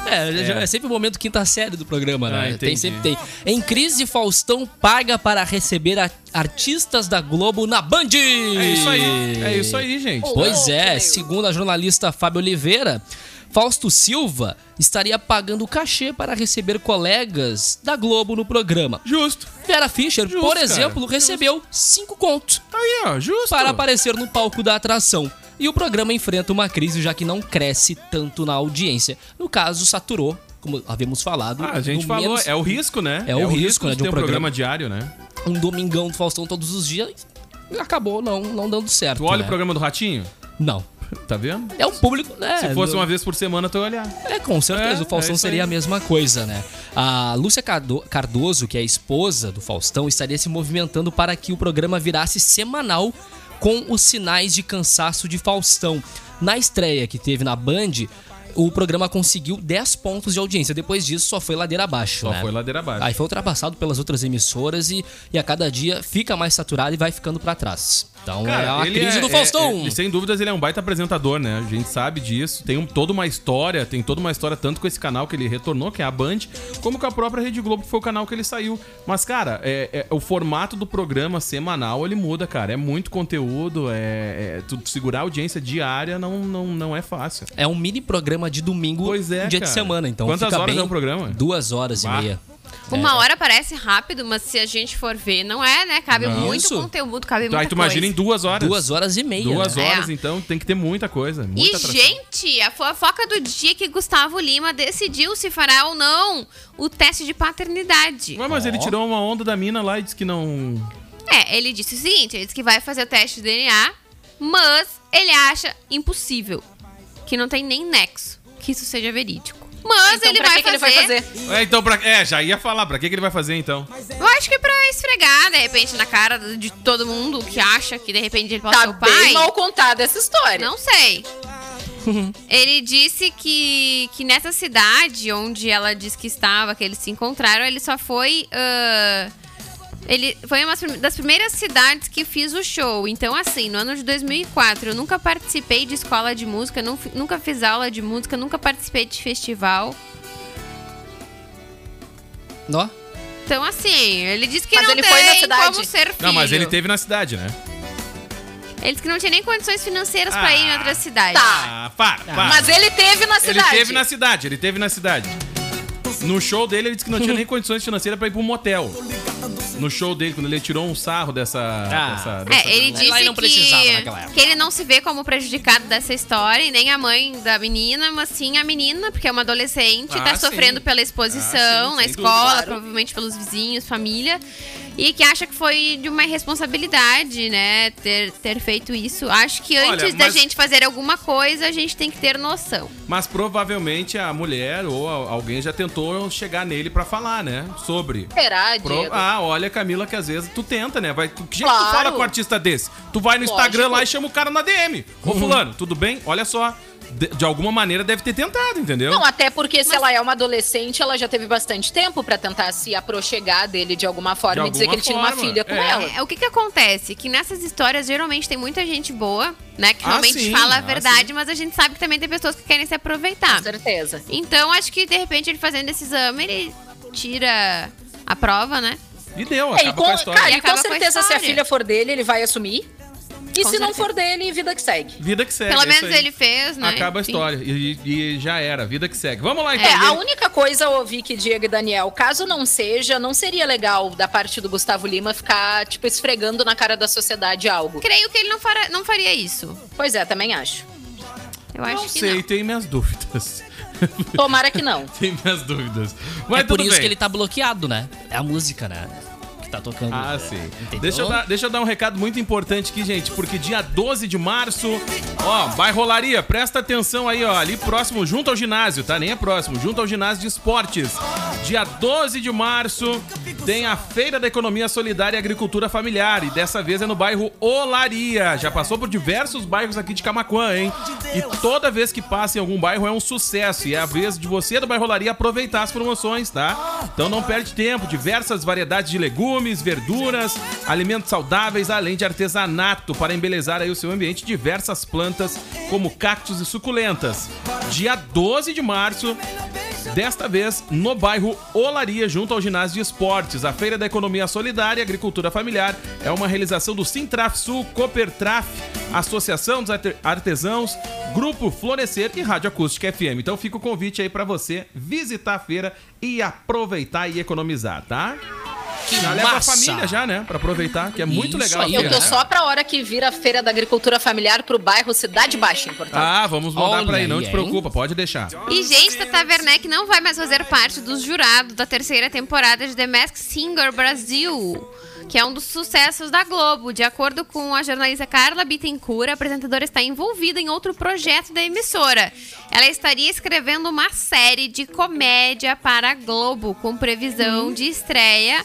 Speaker 6: É, já- é sempre o momento quinta série do programa,
Speaker 5: Ah,
Speaker 6: né? tem
Speaker 5: entendi.
Speaker 6: sempre tem. Em crise, Faustão paga para receber a- artistas da Globo na Band.
Speaker 5: É isso aí. É isso aí, gente.
Speaker 6: Pois
Speaker 8: Ô,
Speaker 6: é,
Speaker 8: que
Speaker 6: segundo a jornalista Fábio Oliveira, Fausto Silva estaria pagando cachê para receber colegas da Globo no programa.
Speaker 5: Justo.
Speaker 6: Vera Fischer,
Speaker 5: Justo,
Speaker 6: por
Speaker 5: cara.
Speaker 6: exemplo, recebeu cinco contos
Speaker 5: Tá Aí, ó, justo.
Speaker 6: para aparecer no palco da atração. E o programa enfrenta uma crise já que não cresce tanto na audiência. No caso, saturou, como havíamos falado.
Speaker 5: Ah, a gente
Speaker 6: no
Speaker 5: falou,
Speaker 6: menos
Speaker 5: é o risco, né?
Speaker 6: É o risco, né,
Speaker 5: de
Speaker 6: de um
Speaker 5: ter um programa
Speaker 6: programa
Speaker 5: diário, né?
Speaker 6: um domingão do Faustão todos os dias e acabou não, não dando certo.
Speaker 5: Tu olha
Speaker 6: né?
Speaker 5: o programa do Ratinho?
Speaker 6: Não.
Speaker 5: É. Tá vendo?
Speaker 6: É um público, né?
Speaker 5: Se fosse
Speaker 6: não-
Speaker 5: uma vez por semana, tu ia olhar.
Speaker 6: É, com certeza.
Speaker 5: É,
Speaker 6: o Faustão
Speaker 5: é isso
Speaker 6: seria
Speaker 5: aí.
Speaker 6: a mesma coisa, né? A Lúcia Cardo- Cardoso, que é a esposa do Faustão, estaria se movimentando para que o programa virasse semanal com os sinais de cansaço de Faustão. Na estreia que teve na Band, o programa conseguiu 10 pontos de audiência. Depois disso, só foi ladeira abaixo.
Speaker 5: Só
Speaker 6: né?
Speaker 5: foi ladeira abaixo.
Speaker 6: Aí foi ultrapassado pelas outras emissoras e, e a cada dia fica mais saturado e vai ficando pra trás. Então é a
Speaker 5: ele
Speaker 6: crise
Speaker 5: é-
Speaker 6: do
Speaker 5: é-
Speaker 6: Faustão.
Speaker 5: é- e sem dúvidas ele é um baita apresentador, né? A gente sabe disso. Tem um- toda uma história, tem toda uma história tanto com esse canal que ele retornou, que é a Band, como com a própria Rede Globo, que foi o canal que ele saiu. Mas, cara, é- é- o formato do programa semanal, ele muda, cara. É muito conteúdo, é, é- tu segurar a audiência diária não, não, não é fácil.
Speaker 6: É um mini programa de domingo,
Speaker 5: Pois é,
Speaker 6: um dia
Speaker 5: cara.
Speaker 6: de semana, então.
Speaker 5: Quantas
Speaker 6: fica
Speaker 5: horas
Speaker 6: bem-
Speaker 5: é o programa?
Speaker 6: Duas horas
Speaker 5: Bah.
Speaker 6: e meia. É,
Speaker 7: Uma
Speaker 5: É.
Speaker 7: hora parece rápido, mas se a gente for ver, não é, né? Cabe
Speaker 6: Não.
Speaker 7: muito
Speaker 6: Isso.
Speaker 7: conteúdo, cabe
Speaker 5: Então,
Speaker 7: muita
Speaker 5: aí tu imagina
Speaker 7: coisa.
Speaker 5: em duas horas.
Speaker 6: Duas horas e meia.
Speaker 5: Duas
Speaker 6: né?
Speaker 5: horas,
Speaker 7: É.
Speaker 5: então tem que ter muita coisa. Muita
Speaker 7: E,
Speaker 5: atração.
Speaker 7: gente, a fofoca do dia que Gustavo Lima decidiu se fará ou não o teste de paternidade.
Speaker 5: Ué, mas ele
Speaker 6: Ó.
Speaker 5: tirou uma onda da mina lá e disse que não.
Speaker 7: É, ele disse o seguinte: ele disse que vai fazer o teste de DNA, mas ele acha impossível. Que não tem nem nexo que isso seja verídico. Mas
Speaker 8: Então,
Speaker 7: ele,
Speaker 8: pra
Speaker 7: vai
Speaker 8: que que ele vai fazer?
Speaker 5: É, então, pra... é, já ia falar, pra que, que ele vai fazer então?
Speaker 7: Eu acho que é pra esfregar, de repente, na cara de todo mundo que acha que de repente ele pode
Speaker 8: Tá
Speaker 7: ser o
Speaker 8: bem
Speaker 7: pai.
Speaker 8: mal contada essa história.
Speaker 7: Não sei. Ele disse que, que nessa cidade onde ela disse que estava, que eles se encontraram, ele só foi. ah, ele foi uma das primeiras cidades que fiz o show. Então, assim, no ano de 2004, eu nunca participei de escola de música, não fi- nunca fiz aula de música, nunca participei de festival.
Speaker 6: Ó.
Speaker 7: Então, assim, ele disse que
Speaker 8: Mas
Speaker 7: não
Speaker 8: ele
Speaker 7: tem
Speaker 8: foi na cidade.
Speaker 7: como ser filho.
Speaker 5: Não, mas ele teve na cidade, né?
Speaker 7: Ele disse que não tinha nem condições financeiras pra ir em
Speaker 5: Ah,
Speaker 7: outra cidade.
Speaker 8: Tá.
Speaker 5: Ah, para, para.
Speaker 8: Mas ele teve na
Speaker 5: Ele
Speaker 8: cidade.
Speaker 5: teve na cidade, ele teve na cidade. No show dele, ele disse que não tinha nem condições financeiras pra ir pra um motel. No show dele, quando ele tirou um sarro dessa.
Speaker 6: Ah.
Speaker 5: dessa- dessa-
Speaker 7: É, ele
Speaker 6: Lá
Speaker 7: disse
Speaker 6: ele não precisava naquela
Speaker 7: que,
Speaker 6: época.
Speaker 7: que ele não se vê como prejudicado dessa história, e nem a mãe da menina, mas sim a menina, porque é uma adolescente,
Speaker 5: Ah,
Speaker 7: tá
Speaker 5: sim.
Speaker 7: sofrendo pela exposição
Speaker 5: Ah, sim,
Speaker 7: na
Speaker 5: sem
Speaker 7: escola,
Speaker 5: dúvida.
Speaker 7: provavelmente pelos vizinhos, família, e que acha que foi de uma irresponsabilidade, né, ter, ter feito isso. Acho que
Speaker 5: Olha,
Speaker 7: antes da
Speaker 5: mas-
Speaker 7: gente fazer alguma coisa, a gente tem que ter noção.
Speaker 5: Mas provavelmente a mulher ou a- alguém já tentou chegar nele pra falar, né? Sobre.
Speaker 8: Será, Diego?
Speaker 5: Pro- Ah, olha, Camila, que às vezes tu tenta, né? Vai... Que jeito tu
Speaker 8: Claro.
Speaker 5: fala com um artista desse? Tu vai no Instagram
Speaker 8: Lógico.
Speaker 5: lá e chama o cara na DM.
Speaker 6: Uhum.
Speaker 5: Ô, fulano, tudo bem? Olha só. De, de alguma maneira deve ter tentado, entendeu?
Speaker 8: Não, até porque se ela é uma adolescente, ela já teve bastante tempo pra tentar se aproxegar dele de alguma forma
Speaker 5: De
Speaker 8: e dizer que
Speaker 5: alguma
Speaker 8: ele tinha uma
Speaker 5: forma,
Speaker 8: filha com
Speaker 5: é.
Speaker 8: ela.
Speaker 7: É, o que que acontece? Que nessas histórias, geralmente, tem muita gente boa, né? Que
Speaker 5: Ah,
Speaker 7: realmente
Speaker 5: sim,
Speaker 7: fala a
Speaker 5: ah,
Speaker 7: verdade, mas a gente sabe que também tem pessoas que querem se aproveitar.
Speaker 8: Com certeza.
Speaker 7: Então, acho que, de repente, ele fazendo esse exame, ele tira a prova, né?
Speaker 5: E deu,
Speaker 8: É, e
Speaker 5: acaba
Speaker 8: com,
Speaker 5: com a história.
Speaker 8: cara, e
Speaker 7: Acaba
Speaker 8: com
Speaker 7: com a
Speaker 8: certeza, se a
Speaker 7: história.
Speaker 8: filha for dele, ele vai assumir. E
Speaker 7: Com
Speaker 8: se não
Speaker 7: certeza.
Speaker 8: for dele, vida que segue.
Speaker 5: Vida que segue.
Speaker 7: Pelo
Speaker 5: é isso
Speaker 7: menos
Speaker 5: aí.
Speaker 7: ele fez, né?
Speaker 5: Acaba a
Speaker 7: Enfim.
Speaker 5: história. E, e já era. Vida que segue. Vamos lá, então.
Speaker 8: É, a
Speaker 5: Lili.
Speaker 8: única coisa, eu ouvi que Diego e Daniel, caso não seja, não seria legal da parte do Gustavo Lima ficar, tipo, esfregando na cara da sociedade algo.
Speaker 7: Creio que ele não, fará- não faria isso.
Speaker 8: Pois é, também acho.
Speaker 7: Eu acho
Speaker 5: Não
Speaker 7: que
Speaker 5: sei,
Speaker 7: não.
Speaker 5: tem minhas dúvidas.
Speaker 8: Tomara que não.
Speaker 5: tem minhas dúvidas. Mas
Speaker 6: é por
Speaker 5: tudo
Speaker 6: isso
Speaker 5: bem.
Speaker 6: que ele tá bloqueado, né? É a música, né? Que tá tocando.
Speaker 5: Ah,
Speaker 6: né?
Speaker 5: sim.
Speaker 6: Entendeu?
Speaker 5: Deixa eu, dar, deixa eu dar um recado muito importante aqui, gente, porque dia 12 de março, ó, bairro Olaria, presta atenção aí, ó, ali próximo, junto ao ginásio, tá? Nem é próximo, junto ao ginásio de esportes. Dia 12 de março tem a Feira da Economia Solidária e Agricultura Familiar, e dessa vez é no bairro Olaria. Já passou por diversos bairros aqui de Camaquã, hein? E toda vez que passa em algum bairro é um sucesso, e é a vez de você do bairro Olaria aproveitar as promoções, tá? Então não perde tempo, diversas variedades de legumes, verduras, alimentos saudáveis, além de artesanato para embelezar aí o seu ambiente, diversas plantas como cactos e suculentas. Dia 12 de março, desta vez no bairro Olaria, junto ao ginásio de esportes. A Feira da Economia Solidária e Agricultura Familiar é uma realização do Sintraf Sul, Copertraf, Associação dos Arte- Artesãos, Grupo Florescer e Rádio Acústica FM. Então fica o convite aí pra você visitar a feira e aproveitar e economizar, tá?
Speaker 6: Que
Speaker 5: Já leva a
Speaker 6: massa!
Speaker 5: família já, né? Pra aproveitar, que é muito
Speaker 6: Isso
Speaker 5: legal. a
Speaker 6: aí,
Speaker 5: feira,
Speaker 8: Eu tô
Speaker 5: né?
Speaker 8: só pra hora que vira a Feira da Agricultura Familiar pro bairro Cidade Baixa, em Porto Alegre.
Speaker 5: Ah, vamos mandar
Speaker 6: Olha
Speaker 5: pra aí, não
Speaker 6: aí,
Speaker 5: te
Speaker 6: hein?
Speaker 5: preocupa, pode deixar.
Speaker 7: E, gente, Tata Werneck não vai mais fazer parte dos jurados da terceira temporada de The Masked Singer Brasil, que é um dos sucessos da Globo. De acordo com a jornalista Carla Bittencourt, a apresentadora está envolvida em outro projeto da emissora. Ela estaria escrevendo uma série de comédia para a Globo, com previsão de estreia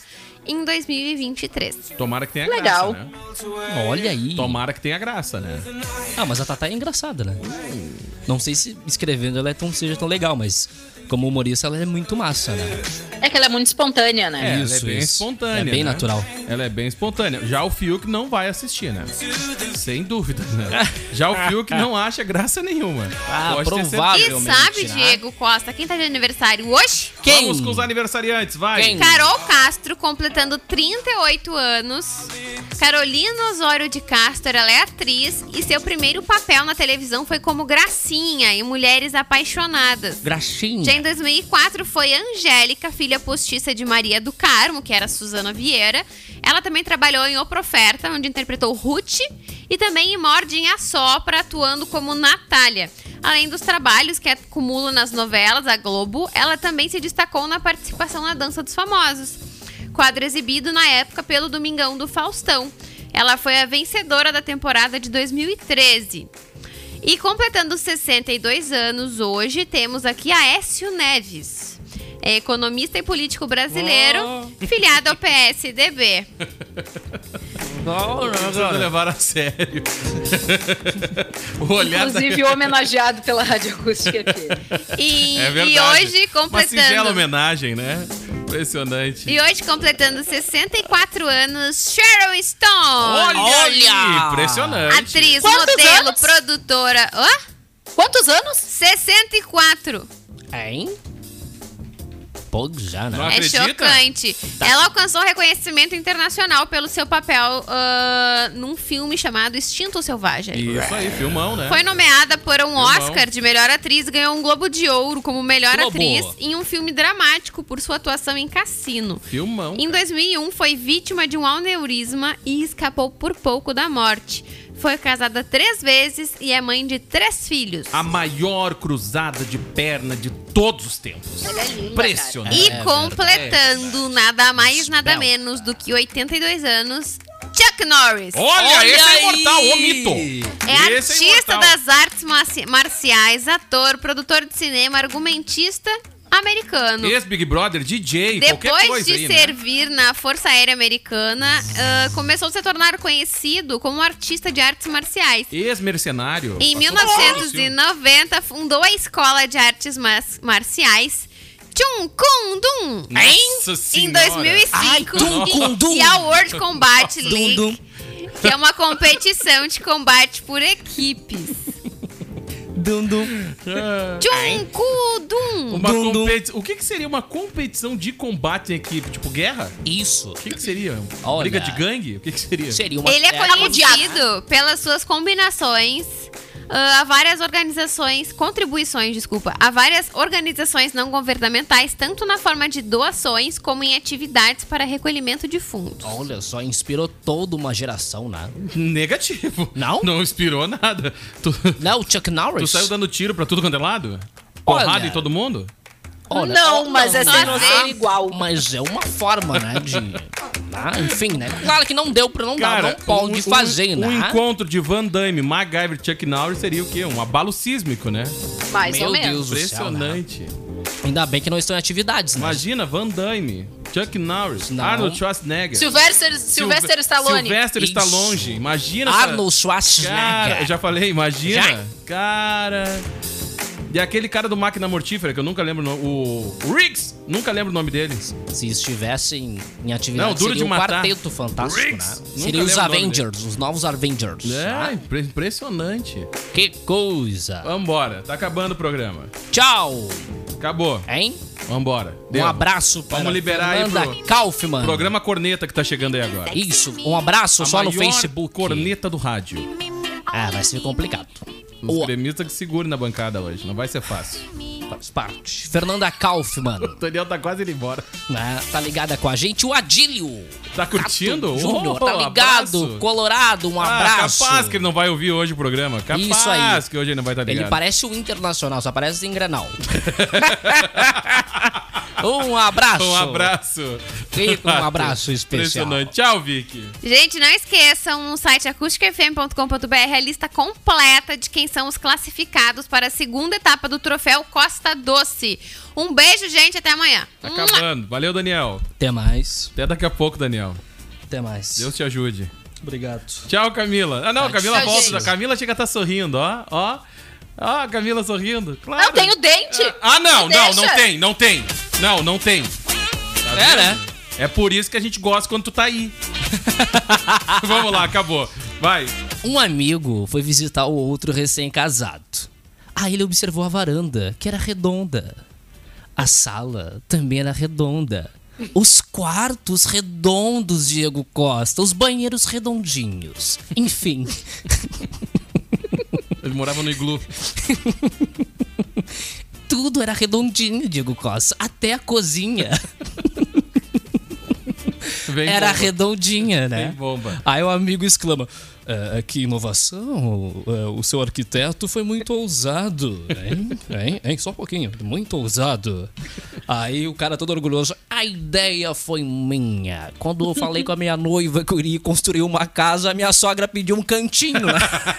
Speaker 7: em 2023.
Speaker 5: Tomara que tenha
Speaker 8: Legal.
Speaker 5: graça, né?
Speaker 6: Olha aí.
Speaker 5: Tomara que tenha graça, né?
Speaker 6: Ah, mas a Tatá é engraçada, né? Não sei se escrevendo ela é tão, seja tão legal, mas como humorista ela é muito massa, né?
Speaker 8: É que ela é muito espontânea, né?
Speaker 5: É,
Speaker 6: Isso,
Speaker 5: ela é bem
Speaker 6: isso.
Speaker 5: espontânea.
Speaker 6: É bem
Speaker 5: né?
Speaker 6: natural.
Speaker 5: Ela é bem espontânea. Já o Fiuk não vai assistir, né? Sem dúvida, né? Já o Fiuk não acha graça nenhuma.
Speaker 6: Ah,
Speaker 5: Pode ter
Speaker 6: provável.
Speaker 7: E
Speaker 6: Realmente,
Speaker 7: sabe,
Speaker 6: né?
Speaker 7: Diego Costa, quem tá de aniversário hoje?
Speaker 5: certeza. Vamos com os aniversariantes, vai.
Speaker 6: Quem?
Speaker 7: Carol Castro completando 38 anos. Carolina Osório de Castro, ela é atriz e seu primeiro papel na televisão foi como Gracinha em Mulheres Apaixonadas.
Speaker 6: Graxinha.
Speaker 7: Já em 2004 foi Angélica, filha postiça de Maria do Carmo, que era Suzana Vieira. Ela também trabalhou em O Profeta, onde interpretou Ruth, e também em Morde em Assopra, atuando como Natália. Além dos trabalhos que acumula nas novelas, a Globo, ela também se destacou na participação na Dança dos Famosos quadro exibido na época pelo Domingão do Faustão. Ela foi a vencedora da temporada de 2013. E completando 62 anos hoje, temos aqui Aécio Neves. É economista e político brasileiro, filiado ao PSDB.
Speaker 5: Vocês não levaram a sério. o olhar da-
Speaker 8: Inclusive homenageado pela Rádio Acústica aqui.
Speaker 7: E,
Speaker 5: É verdade.
Speaker 7: e hoje
Speaker 5: Uma singela
Speaker 7: completando.
Speaker 5: homenagem, né? Impressionante.
Speaker 7: E hoje completando 64 anos, Sharon Stone.
Speaker 5: aí,
Speaker 6: Olha!
Speaker 5: Impressionante.
Speaker 7: atriz,
Speaker 8: Quantos
Speaker 7: modelo,
Speaker 8: anos?
Speaker 7: produtora. Hã?
Speaker 8: Quantos anos?
Speaker 7: 64.
Speaker 6: Hein? pouco já, né?
Speaker 5: Não
Speaker 7: É
Speaker 5: acredita? Tá.
Speaker 7: chocante. Ela alcançou reconhecimento internacional pelo seu papel ah, num filme chamado Instinto Selvagem.
Speaker 5: Isso aí, filmão, né?
Speaker 7: Foi nomeada por um
Speaker 5: Filmão.
Speaker 7: Oscar de melhor atriz, ganhou um Globo de Ouro como melhor
Speaker 6: Globo.
Speaker 7: atriz em um filme dramático por sua atuação em Cassino.
Speaker 5: Filmão.
Speaker 7: Em 2001, foi vítima de um aneurisma e escapou por pouco da morte. Foi casada três vezes e é mãe de três filhos.
Speaker 5: A maior cruzada de perna de todos os tempos.
Speaker 8: Ela é linda,
Speaker 5: Impressionante.
Speaker 7: E
Speaker 6: É
Speaker 7: completando nada mais, nada
Speaker 6: Espelta.
Speaker 7: menos do que 82 anos, Chuck Norris.
Speaker 5: Olha,
Speaker 6: Olha
Speaker 5: esse é
Speaker 6: aí!
Speaker 5: imortal, o mito.
Speaker 7: É
Speaker 5: Esse
Speaker 7: artista
Speaker 5: imortal.
Speaker 7: das artes marci- marciais, ator, produtor de cinema, argumentista americano.
Speaker 5: Ex-Big Brother, DJ, qualquer
Speaker 7: Depois
Speaker 5: coisa
Speaker 7: de
Speaker 5: aí, né?
Speaker 7: servir na Força Aérea Americana, ah, começou a se tornar conhecido como artista de artes marciais.
Speaker 5: Ex-mercenário.
Speaker 7: Em
Speaker 5: Passou por vários filmes.
Speaker 7: 1990, fundou a Escola de Artes Mas- Marciais Chun Kun Dun,
Speaker 5: Nossa
Speaker 7: em
Speaker 5: Senhora.
Speaker 7: 2005
Speaker 6: Ai, Tum Kun Dum.
Speaker 7: e a World Combat League,
Speaker 6: Dum, dum.
Speaker 7: que é uma competição de combate por equipes.
Speaker 6: Dum, dum.
Speaker 7: Chun Kun Dun.
Speaker 5: Uma
Speaker 6: Dum, dum.
Speaker 5: competi- O que, que seria uma competição de combate em equipe? Tipo, guerra?
Speaker 6: Isso.
Speaker 5: O que, que seria?
Speaker 6: Olha.
Speaker 5: Briga de gangue? O que, que seria?
Speaker 6: Seria uma
Speaker 7: Ele é
Speaker 8: odiado,
Speaker 7: conhecido pelas suas combinações ah, a várias organizações, contribuições, desculpa, a várias organizações não governamentais, tanto na forma de doações como em atividades para recolhimento de fundos.
Speaker 6: Olha só, inspirou toda uma geração, né?
Speaker 5: Negativo.
Speaker 6: Não?
Speaker 5: Não inspirou nada. Tu,
Speaker 6: Não, Né, o Chuck Norris.
Speaker 5: tu saiu dando tiro pra tudo quanto é lado?
Speaker 6: Olha.
Speaker 5: Porrada em todo mundo?
Speaker 6: Olha,
Speaker 8: não,
Speaker 6: ó,
Speaker 8: mas é sem
Speaker 7: não.
Speaker 8: noção igual.
Speaker 6: Mas é uma forma, né, de... Ah, enfim, né? Claro que não deu pra não dar, não pode fazer,
Speaker 5: um,
Speaker 6: né?
Speaker 5: encontro de Van Damme, MacGyver, Chuck Norris seria o quê? Um abalo sísmico, né?
Speaker 8: Mais
Speaker 6: Meu
Speaker 8: ou menos.
Speaker 6: Deus do céu, né?
Speaker 5: Impressionante.
Speaker 6: Ainda bem que não estão em atividades, né?
Speaker 5: Imagina, Van Damme, Chuck Norris,
Speaker 6: Não.
Speaker 5: Arnold Schwarzenegger.
Speaker 8: Sylvester, Sylvester
Speaker 5: Silve-
Speaker 8: Stallone.
Speaker 5: Sylvester
Speaker 6: Isso.
Speaker 5: está longe. Imagina. essa-
Speaker 6: Arnold
Speaker 5: Cara, eu
Speaker 6: Schwarzenegger.
Speaker 5: já falei, imagina.
Speaker 6: Já?
Speaker 5: Cara. E aquele cara do Máquina Mortífera, que eu nunca lembro o nome. O Riggs! Nunca lembro o nome dele.
Speaker 6: Se estivessem em atividade,
Speaker 5: Não, Duro
Speaker 6: seria
Speaker 5: de
Speaker 6: um
Speaker 5: Matar.
Speaker 6: quarteto fantástico,
Speaker 5: Riggs.
Speaker 6: né?
Speaker 5: Nunca
Speaker 6: Seria
Speaker 5: lembro o
Speaker 6: os
Speaker 5: nome
Speaker 6: Avengers, os novos Avengers.
Speaker 5: É,
Speaker 6: Ah,
Speaker 5: impre- impressionante.
Speaker 6: que coisa.
Speaker 5: Vambora, tá acabando o programa.
Speaker 6: Tchau,
Speaker 5: Acabou.
Speaker 6: hein?
Speaker 5: Vambora.
Speaker 6: Um
Speaker 5: Deu.
Speaker 6: abraço para
Speaker 5: Vamos liberar aí
Speaker 6: Fernanda
Speaker 5: pro-
Speaker 6: Kaufmann.
Speaker 5: Programa Corneta que tá chegando aí agora.
Speaker 6: Isso, um abraço
Speaker 5: A
Speaker 6: só no
Speaker 5: maior
Speaker 6: Facebook.
Speaker 5: Corneta do rádio.
Speaker 6: Ah, vai ser complicado.
Speaker 5: Os
Speaker 6: Boa,
Speaker 5: gremistas que segurem na bancada hoje. Não vai ser fácil.
Speaker 6: faz parte. Fernanda Kaufmann,
Speaker 5: O Daniel tá quase indo embora.
Speaker 6: né, tá ligada com a gente. O Adílio
Speaker 5: Tá curtindo?
Speaker 6: Júnior,
Speaker 5: Oh,
Speaker 6: tá ligado.
Speaker 5: abraço.
Speaker 6: Colorado, um
Speaker 5: Ah,
Speaker 6: abraço.
Speaker 5: capaz que ele não vai ouvir hoje o programa. Capaz
Speaker 6: Isso aí.
Speaker 5: que hoje ele não vai estar ligado.
Speaker 6: Ele parece o Internacional, só parece em Granal. um abraço.
Speaker 5: Um abraço.
Speaker 6: Fica um abraço especial.
Speaker 5: Impressionante. Tchau, Vicky.
Speaker 7: Gente, não esqueçam, no site acusticfm.com.br a lista completa de quem são os classificados para a segunda etapa do troféu Costa Doce. Um beijo, gente, até amanhã.
Speaker 5: Tá acabando. Valeu, Daniel.
Speaker 6: Até mais.
Speaker 5: Até daqui a pouco, Daniel.
Speaker 6: Até mais.
Speaker 5: Deus te ajude.
Speaker 6: Obrigado.
Speaker 5: Tchau, Camila. Ah, não, a Camila
Speaker 7: Tchau,
Speaker 5: volta.
Speaker 7: gente.
Speaker 5: A Camila chega a estar sorrindo, ó. Ó. Ó, a Camila sorrindo. Claro.
Speaker 8: Eu tenho dente.
Speaker 5: Ah, não,
Speaker 8: Me
Speaker 5: não, não
Speaker 8: deixa.
Speaker 5: tem, não tem. Não, não tem.
Speaker 6: É, né?
Speaker 5: É por isso que a gente gosta quando tu tá aí. Vamos lá, acabou. Vai.
Speaker 6: Um amigo foi visitar o outro recém-casado. Aí ele observou a varanda, que era redonda. A sala também era redonda. Os quartos redondos, Diego Costa. Os banheiros redondinhos. Enfim.
Speaker 5: Eles moravam no iglu.
Speaker 6: tudo era redondinho, Diego Costa. Até a cozinha
Speaker 5: Vem
Speaker 6: era
Speaker 5: bomba.
Speaker 6: redondinha, né?
Speaker 5: Bem bomba.
Speaker 6: Aí o amigo exclama: "Ah, Que inovação! Ah, o seu arquiteto foi muito ousado. Hein? hein? Hein? Só um pouquinho. Muito ousado. Aí o cara todo orgulhoso: A ideia foi minha. Quando eu falei com a minha noiva que eu iria construir uma casa, a minha sogra pediu um cantinho, né?